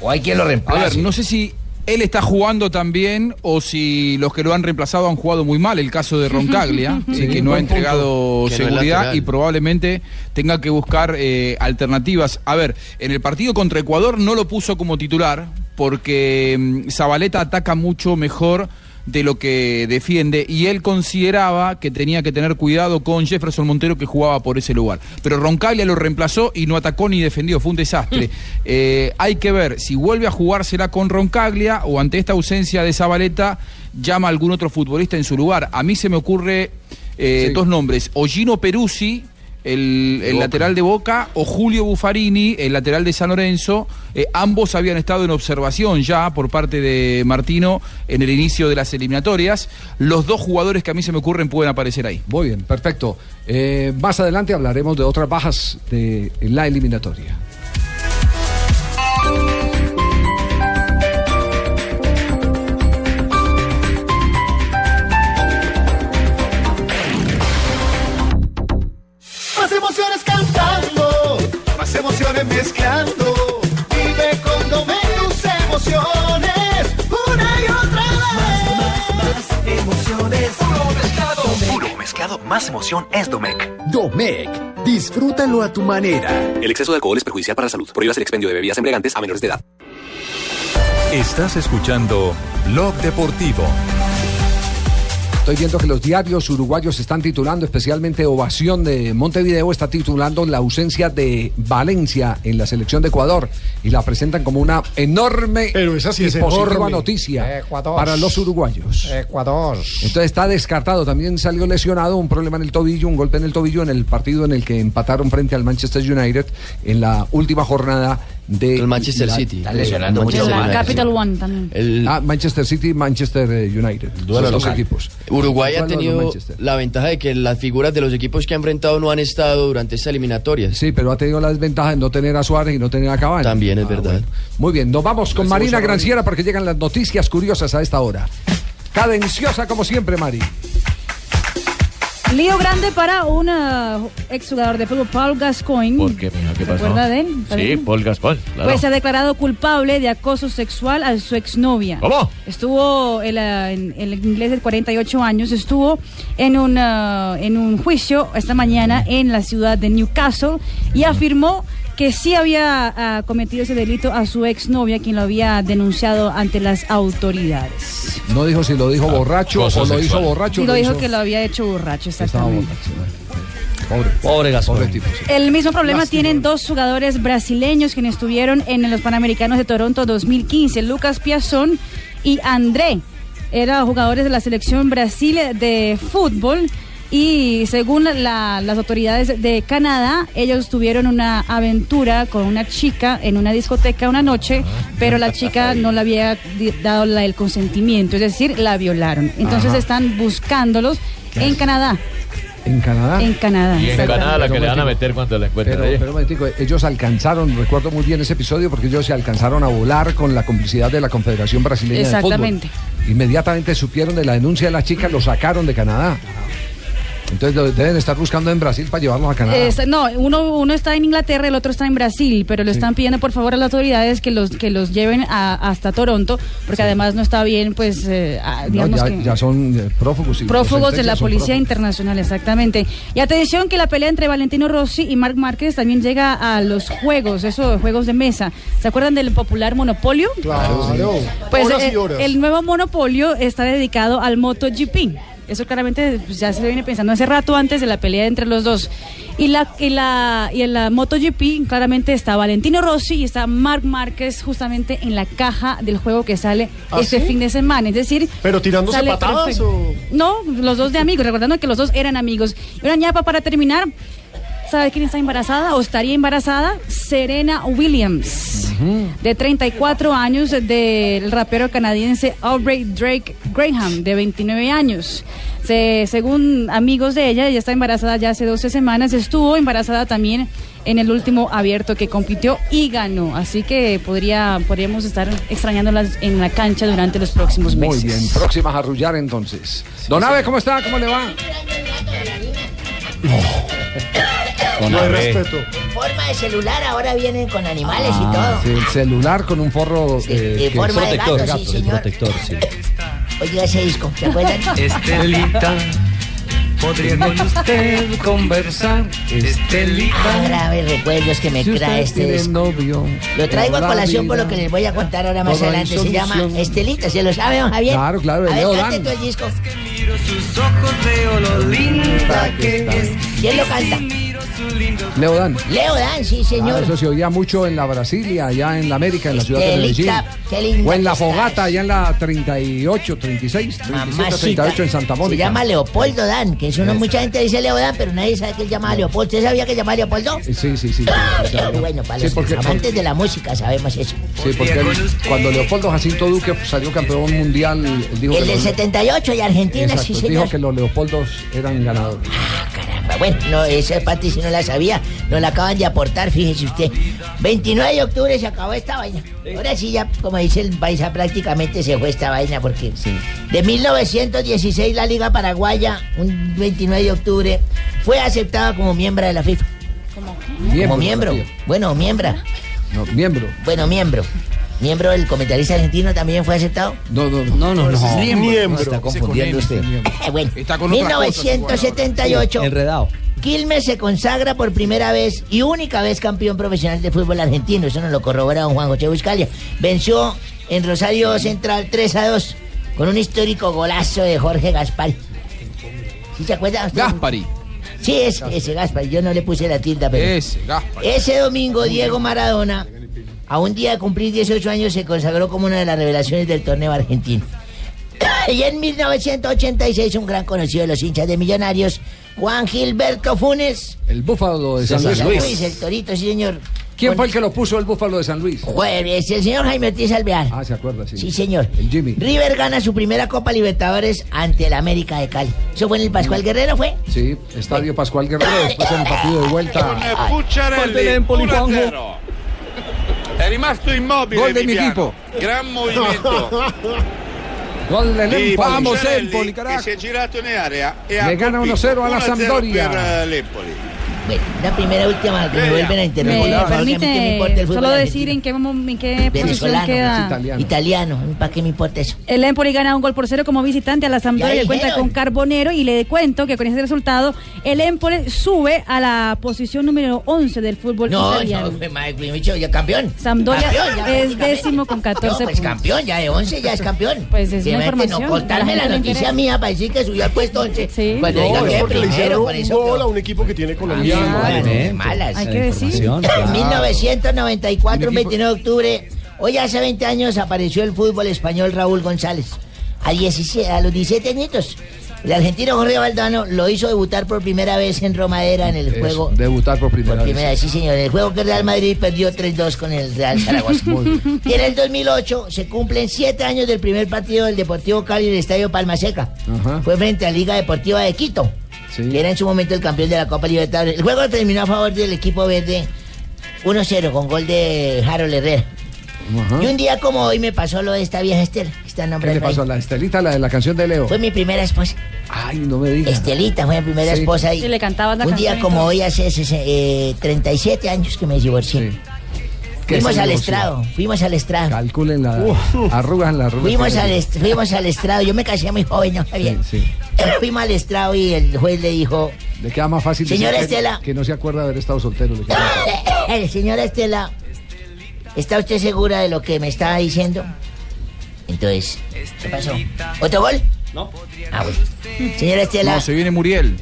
O hay quien lo reemplace. A ver, no sé si él está jugando también o si los que lo han reemplazado han jugado muy mal. El caso de Roncaglia, Sí, eh, que un no ha buen entregado punto. Que no es seguridad lateral. y probablemente tenga que buscar eh, alternativas. A ver, en el partido contra Ecuador no lo puso como titular porque mm, Zabaleta ataca mucho mejor de lo que defiende y él consideraba que tenía que tener cuidado con Jefferson Montero que jugaba por ese lugar. Pero Roncaglia lo reemplazó y no atacó ni defendió, fue un desastre. Eh, hay que ver si vuelve a jugársela con Roncaglia o ante esta ausencia de Zabaleta llama a algún otro futbolista en su lugar. A mí se me ocurre eh, Sí. dos nombres, Ollino Peruzzi, el, el lateral de Boca, o Julio Buffarini, el lateral de San Lorenzo. Eh, ambos habían estado en observación ya por parte de Martino en el inicio de las eliminatorias. Los dos jugadores que a mí se me ocurren pueden aparecer ahí. Muy bien, perfecto. Eh, más adelante hablaremos de otras bajas de la eliminatoria. Más emociones cantando, más emociones mezclando. Vive Condominios emociones, una y otra vez. Más, más, más emociones. Puro mezclado. Puro mezclado, más emoción es Domec. Domec, disfrútalo a tu manera. El exceso de alcohol es perjudicial para la salud. Prohíbas el expendio de bebidas embriagantes a menores de edad. Estás escuchando Blog Deportivo. Estoy viendo que los diarios uruguayos están titulando, especialmente Ovación de Montevideo está titulando la ausencia de Valencia en la selección de Ecuador y la presentan como una enorme Pero esa sí y es positiva enorme. noticia Ecuador. para los uruguayos. Ecuador. Entonces está descartado. También salió lesionado un problema en el tobillo, un golpe en el tobillo en el partido en el que empataron frente al Manchester United en la última jornada de el Manchester City. Está lesionando mucho La Capital One también. Ah, Manchester City, Manchester eh, United. Son Duelo los local. equipos. Uruguay ha Duelo de tenido Manchester. la ventaja de que las figuras de los equipos que ha enfrentado no han estado durante esta eliminatoria. Sí, pero ha tenido la desventaja de no tener a Suárez y no tener a Cavani. Ah, También es verdad. Muy bien, nos vamos con Gracias, Marina Gonzalo. Granciera porque llegan las noticias curiosas a esta hora. Cadenciosa como siempre, Mari. Lío grande para un ah, exjugador de fútbol, Paul Gascoigne. ¿Por qué, mija? ¿Qué ¿Se pasó? acuerda de él? Sí, Paul Gaspar, claro. Pues se ha declarado culpable de acoso sexual a su exnovia. ¿Cómo? Estuvo, el, ah, en, el inglés de 48 años, estuvo en un, ah, en un juicio esta mañana en la ciudad de Newcastle y afirmó que sí había ah, cometido ese delito a su exnovia, quien lo había denunciado ante las autoridades. No dijo si lo Ah, dijo borracho o acoso lo hizo sexual. borracho. Y o lo lo dijo hizo- que lo había hecho borracho, Estaba exactamente. borracho. Pobre, pobre Gasol. El mismo problema Lástima. tienen dos jugadores brasileños quienes estuvieron en los Panamericanos de Toronto 2015, Lucas Piazón y André. Eran jugadores de la selección Brasil de fútbol y según la- las autoridades de Canadá, ellos tuvieron una aventura con una chica en una discoteca una noche, Ah, pero la chica no le había di- dado la- el consentimiento, es decir, la violaron. Entonces Ajá. están buscándolos en Canadá. ¿En Canadá? En Canadá. Y en exactamente. Canadá la que Pero le van a México- meter cuando la encuentren. Pero, ahí. pero un momentico, ellos alcanzaron, recuerdo muy bien ese episodio, porque ellos se alcanzaron a volar con la complicidad de la Confederación Brasileña Exactamente. de Fútbol. Inmediatamente supieron de la denuncia de la chica, lo sacaron de Canadá. Entonces lo deben estar buscando en Brasil para llevarlos a Canadá. Eh, está- no, uno, uno está en Inglaterra, el otro está en Brasil, pero le están pidiendo por favor a las autoridades que los que los lleven a- hasta Toronto, porque además no está bien, pues, eh, a- No, digamos ya, que... ya son eh, prófugos. y los Prófugos de sentencias la son Policía prófugos. Internacional, exactamente. Y atención que la pelea entre Valentino Rossi y Marc Márquez también llega a los juegos, esos juegos de mesa. ¿Se acuerdan del popular Monopolio? Claro. Pues horas y eh, horas. el nuevo monopolio está dedicado al MotoGP. Eso claramente pues, ya se viene pensando hace rato antes de la pelea entre los dos. Y la y la y en la MotoGP claramente está Valentino Rossi y está Marc Márquez justamente en la caja del juego que sale ¿Ah, este sí? fin de semana, es decir, Pero tirándose sale patadas trofeo. o No, los dos de amigos, recordando que los dos eran amigos. Y una ñapa para terminar. ¿Sabe quién está embarazada o estaría embarazada? Serena Williams, de 34 años, del rapero canadiense Aubrey Drake Graham, de 29 años. Se- según amigos de ella, ella está embarazada ya hace 12 semanas. Estuvo embarazada también en el último abierto que compitió y ganó. Así que podría, podríamos estar extrañándolas en la cancha durante los próximos Muy meses. bien, próximas a arrullar entonces. Don Abe, ¿cómo está? ¿Cómo le va? No hay Abe. respeto. En forma de celular ahora vienen con animales y Ah, todo. sí, el celular con un forro eh, de que- forma de gato, sí, señor. protector, sí. Oiga ese disco, ¿se acuerdan? Este Estelita, podría con usted conversar. Ah, Estelita. graves recuerdos que me Si usted trae este tiene disco. Lo traigo a colación por lo que les voy a contar ahora más Todo hay adelante. Se llama solución. Estelita, ¿se lo sabe, don Javier? Claro, claro, de A ver, Leo cante Dan. tú el disco. Sus ojos veo lo linda que es. ¿Quién lo canta? Leo Dan. Leo Dan, sí, Ah, señor. eso se oía mucho en la Brasilia, allá en la América, en la ciudad de Qué Medellín. linda, qué linda O en la que estás. Fogata, allá en la 38, 36, 37, 38 en Santa Mónica. Se llama Leopoldo Dan, que es uno, mucha gente dice Leo Dan, pero nadie sabe que él llama Leopoldo. ¿Usted sabía que llamaba Leopoldo? Sí, Eh, sí, sí. sí, sí, Pero sí. Ah, bueno, para Sí, los porque- eh, amantes de la música sabemos eso. Sí, porque él- cuando Leopoldo Jacinto Duque salió campeón mundial, él dijo El que del los- 78 y Argentina, Exacto, sí, dijo señor. que los Leopoldos eran ganadores. Pues Bueno, no, esa parte si no la sabía, nos la acaban de aportar, fíjese usted. 29 de octubre se acabó esta vaina. Ahora sí ya, como dice el paisa, prácticamente se fue esta vaina porque de 1916 la Liga Paraguaya, un 29 de octubre, fue aceptada como miembro de la FIFA. como miembro. Bueno, miembro. No, miembro. Bueno, miembro. Miembro del comentarista argentino también fue aceptado. No, no, no, no, no. Miembro. No, está confundiendo usted. bueno, con otra cosa, 1978. Enredado. Quilmes se consagra por primera vez y única vez campeón profesional de fútbol argentino. Eso nos lo corrobora don Juan José Buscalia. Venció en Rosario Central 3 a 2 con un histórico golazo de Jorge Gaspar. ¿Sí se acuerda? usted? Gaspari. Sí, es, ese Gaspar. Yo no le puse la tilda, pero. Ese, Gaspari. Ese domingo, Diego Maradona, a un día de cumplir 18 años, se consagró como una de las revelaciones del torneo argentino. Y en 1986, un gran conocido de los hinchas de Millonarios, Juan Gilberto Funes. El búfalo de San San Luis. Luis, el torito, sí, señor. ¿Quién fue el que lo puso el búfalo de San Luis? Jueves, el señor Jaime Ortiz Alvear. Ah, se acuerda, sí. Sí, señor. El Jimmy. River gana su primera Copa Libertadores ante el América de Cali. Eso fue en el Pascual Guerrero, ¿fue? Sí, Estadio Pascual Guerrero, después en el partido de vuelta. Gol dell'Empoli, 1-0. È rimasto immobile Gol del mio Viviano. equipo. Gran movimento. Gol del di Empoli. Pucciarelli, che si è girato in area e Le ha gana colpito. 1-0 alla 1-0 Sampdoria. per l'Empoli. Bueno, la primera última que me vuelven a interrumpir. Me por favor, que a mí que me permite importa el fútbol solo decir argentino. en qué, mom- en qué posición venezolano, queda. italiano, ¿para qué me importa eso? El Empoli gana un gol por cero como visitante a la Sampdoria Ya que cuenta dijeron. con Carbonero y le cuento que con ese resultado el Empoli sube a la posición número 11 del fútbol No, italiano. no, fue madre, fue mucho, ya campeón. Sampdoria Campeón, ya, es décimo con 14 No, pues puntos. campeón, ya de 11 ya es campeón. Pues es Que una me- que información. No, contarme La la gente le noticia interesa. mía para decir que subió al puesto 11. Sí. Cuando No, diga es que porque le primero, hicieron por un eso. gol a un equipo que tiene colombiano. Ah, Bueno, malas. Hay que decir. Información, claro. 1994, 29 de octubre. Hoy hace 20 años apareció el fútbol español Raúl González. A, 17 a los 17 añitos. El argentino Jorge Valdano lo hizo debutar por primera vez en Romadera en el Eso, juego. Debutar por primera, Por primera vez, sí señor. En el juego que el Real Madrid perdió 3-2 con el Real Zaragoza. y en el 2008 se cumplen 7 años del primer partido del Deportivo Cali en el Estadio Palmaseca. Ajá. Fue frente a Liga Deportiva de Quito, que era en su momento el campeón de la Copa Libertadores. El juego terminó a favor del equipo verde 1-0 con gol de Harold Herrera. Ajá. Y un día como hoy me pasó lo de esta vieja Estela, que está ¿Qué le nombrando pasó a ahí. la Estelita, la de la canción de Leo? Fue mi primera esposa. Ay, no me digas. Estelita fue mi primera Sí. esposa y Y le cantabas la un día canción y como todo. hoy hace sese- eh, 37 años que me divorcié. ¿Qué Fuimos se al divorció? estrado, fuimos al estrado. Calculen la arrugas en la arruga. Fuimos al, est- fuimos al estrado, yo me casé muy joven, no sabía. Fuimos al estrado y el juez le dijo, Le queda más fácil Señora decir que- Estela. que no se acuerda de haber estado soltero. le queda más fácil. señora Estela, ¿está usted segura de lo que me estaba diciendo? Entonces, ¿qué pasó? ¿Otro gol? No. Ah, bueno. Señora Estela. No, se viene Muriel.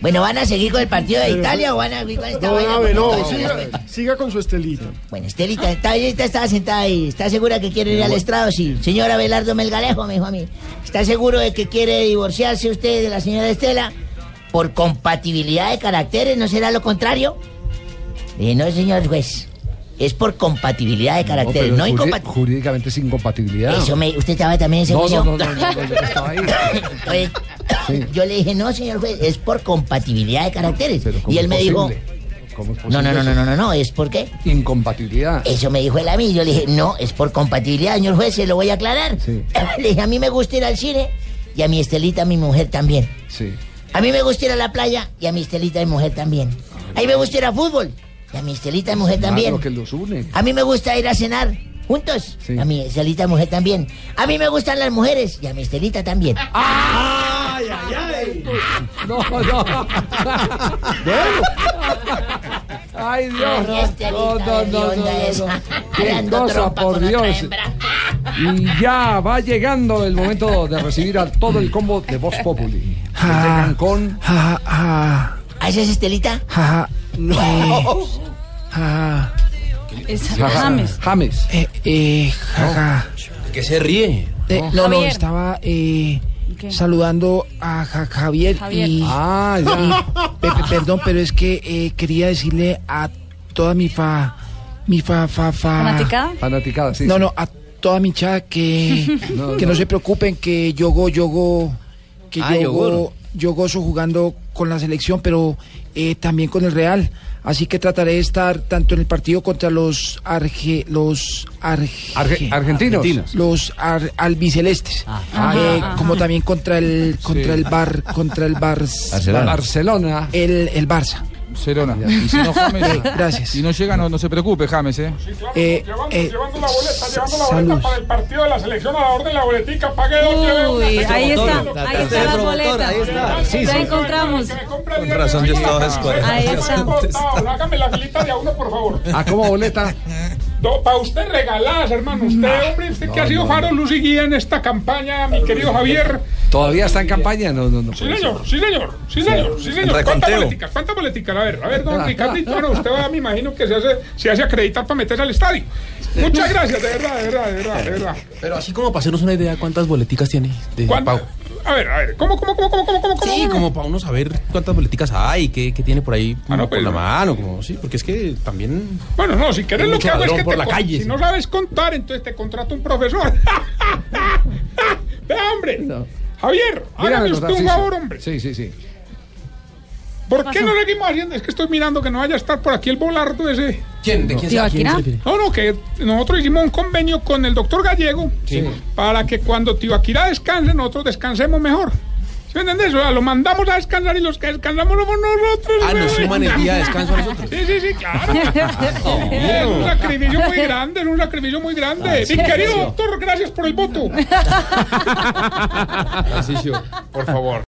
Bueno, ¿van a seguir con el partido de Italia o van a seguir con esta No, vaina? Nave, no, Porque siga- Siga con su estelita. Bueno, Estelita, está, Estelita estaba sentada ahí. ¿Está segura que quiere ir al estrado? Sí. Señora Belardo Melgarejo, me dijo a mí. ¿Está seguro de que quiere divorciarse usted de la señora Estela? Por compatibilidad de caracteres, ¿no será lo contrario? Le dije, no, señor juez. Es por compatibilidad de caracteres, pero no, juri- incompatibilidad. Jurídicamente es incompatibilidad. Eso me, usted estaba también en ese No, juicio? no, no, no, no, yo estaba ahí. Oye, Yo le dije, no, señor juez, es por compatibilidad de caracteres. ¿cómo Y él es me dijo, posible? ¿Cómo es no, posible no, no, no, eso? no, no, no, es por qué. Incompatibilidad. Eso me dijo él a mí. Yo le dije, no, es por compatibilidad, señor juez, se lo voy a aclarar. Sí. Le dije, a mí me gusta ir al cine y a mi Estelita, mi mujer también. Sí. A mí me gusta ir a la playa y a mi Estelita, mi mujer también. A mí me gusta ir a fútbol y a mi Estelita, mi mujer Más también. Lo que los une. A mí me gusta ir a cenar juntos. A mi Estelita, mujer también. A mí me gustan las mujeres y a mi Estelita también. ¡Ay, ay, ay! No, no. Ay, Dios. Ay, Estelita, No, no, no, no, hedionda no, no. esa. Qué Dando cosa, trompa por con otra Dios. hembra. Y ya va llegando el momento de recibir a todo el combo de Voz Populi. Que llegan con. ¿Ah, esa es Estelita? Eh. No. Es James. James. Eh, eh, jaja. que se ríe? Eh, no, no, Javier. estaba eh, saludando a Ja- Javier, Javier. y. Ah, ya. y- pe- pe- perdón, pero es que eh, quería decirle a toda mi fa. Mi fa, fa, fa. ¿Fanaticada? Fanaticada, sí. No, sí. no, a toda mi chava que, No, que no. no se preocupen, que Yogo, Yogo, que Ah, Yogo, Yogo. yo gozo jugando con la selección, pero eh, también con el Real. Así que trataré de estar tanto en el partido contra los arge, los arge- Arge- argentinos. Argentinos. los ar- albicelestes, Ah, Eh, ah, como también contra el contra Sí. el bar contra el bar Barcelona. Barcelona. el, el Barça. Barcelona. Y si no, James. Eh, gracias. Si no llega, no, no se preocupe, James, ¿eh? Eh, eh, Llevando la boleta, llevando la salud. boleta para el partido de la selección a la orden, la boletica, pague dos, lleve una. Uy, ahí está, Promotor, ahí está la boleta. Ahí está. Sí, sí. encontramos. Con razón yo estaba descuadrado. Ahí está. Paola, hágame la filita de a uno, por favor. ¿A cómo boleta? Do- pa' usted regaladas, hermano. Usted, hombre, usted que No, ha sido no, faro, luz y guía en esta campaña, mi querido Javier. ¿Todavía está en campaña? No, no, no. Sí, puede ser. señor, sí, señor, sí, señor, sí, señor. ¿Cuántas boleticas? ¿Cuántas boleticas? A ver, a ver, don Ricardito, bueno, usted va, me imagino que se hace, se hace acreditar para meterse al estadio. Muchas gracias, de verdad, de verdad, de verdad, de verdad. Pero así como para hacernos una idea, ¿cuántas boleticas tiene de ¿Cuántas? Pau? A ver, a ver, ¿cómo, cómo, cómo, cómo, cómo, cómo? cómo? Sí, como para uno saber cuántas boleticas hay, qué, qué tiene por ahí Ah, no, como pues, por la no. mano, como sí, porque es que también... Bueno, no, si quieres Hay lo mucho que hago es ladrón que por te la con- calle, si sí. no sabes contar, entonces te contrata un profesor. Vea, hombre. Javier, Dígame, hágame don usted un Tarcisio. favor, hombre. Sí, sí, sí. ¿Por qué no seguimos haciendo? Es que estoy mirando que no vaya a estar por aquí el volardo ese. ¿Quién? ¿De quién se- ¿Tibaquirá? quién se refiere? No, no, que nosotros hicimos un convenio con el doctor Gallego Sí. para que cuando Tibaquirá descanse, nosotros descansemos mejor. ¿Sí me entendés? O sea, lo mandamos a descansar y los que descansamos somos nosotros. Ah, nos suman el día de descanso a nosotros. Ah, Sí, sí, sí, claro. Es un sacrificio muy grande, es un sacrificio muy grande. Eh, Mi querido doctor, gracias por el voto. Ah, Tarcisio, por favor.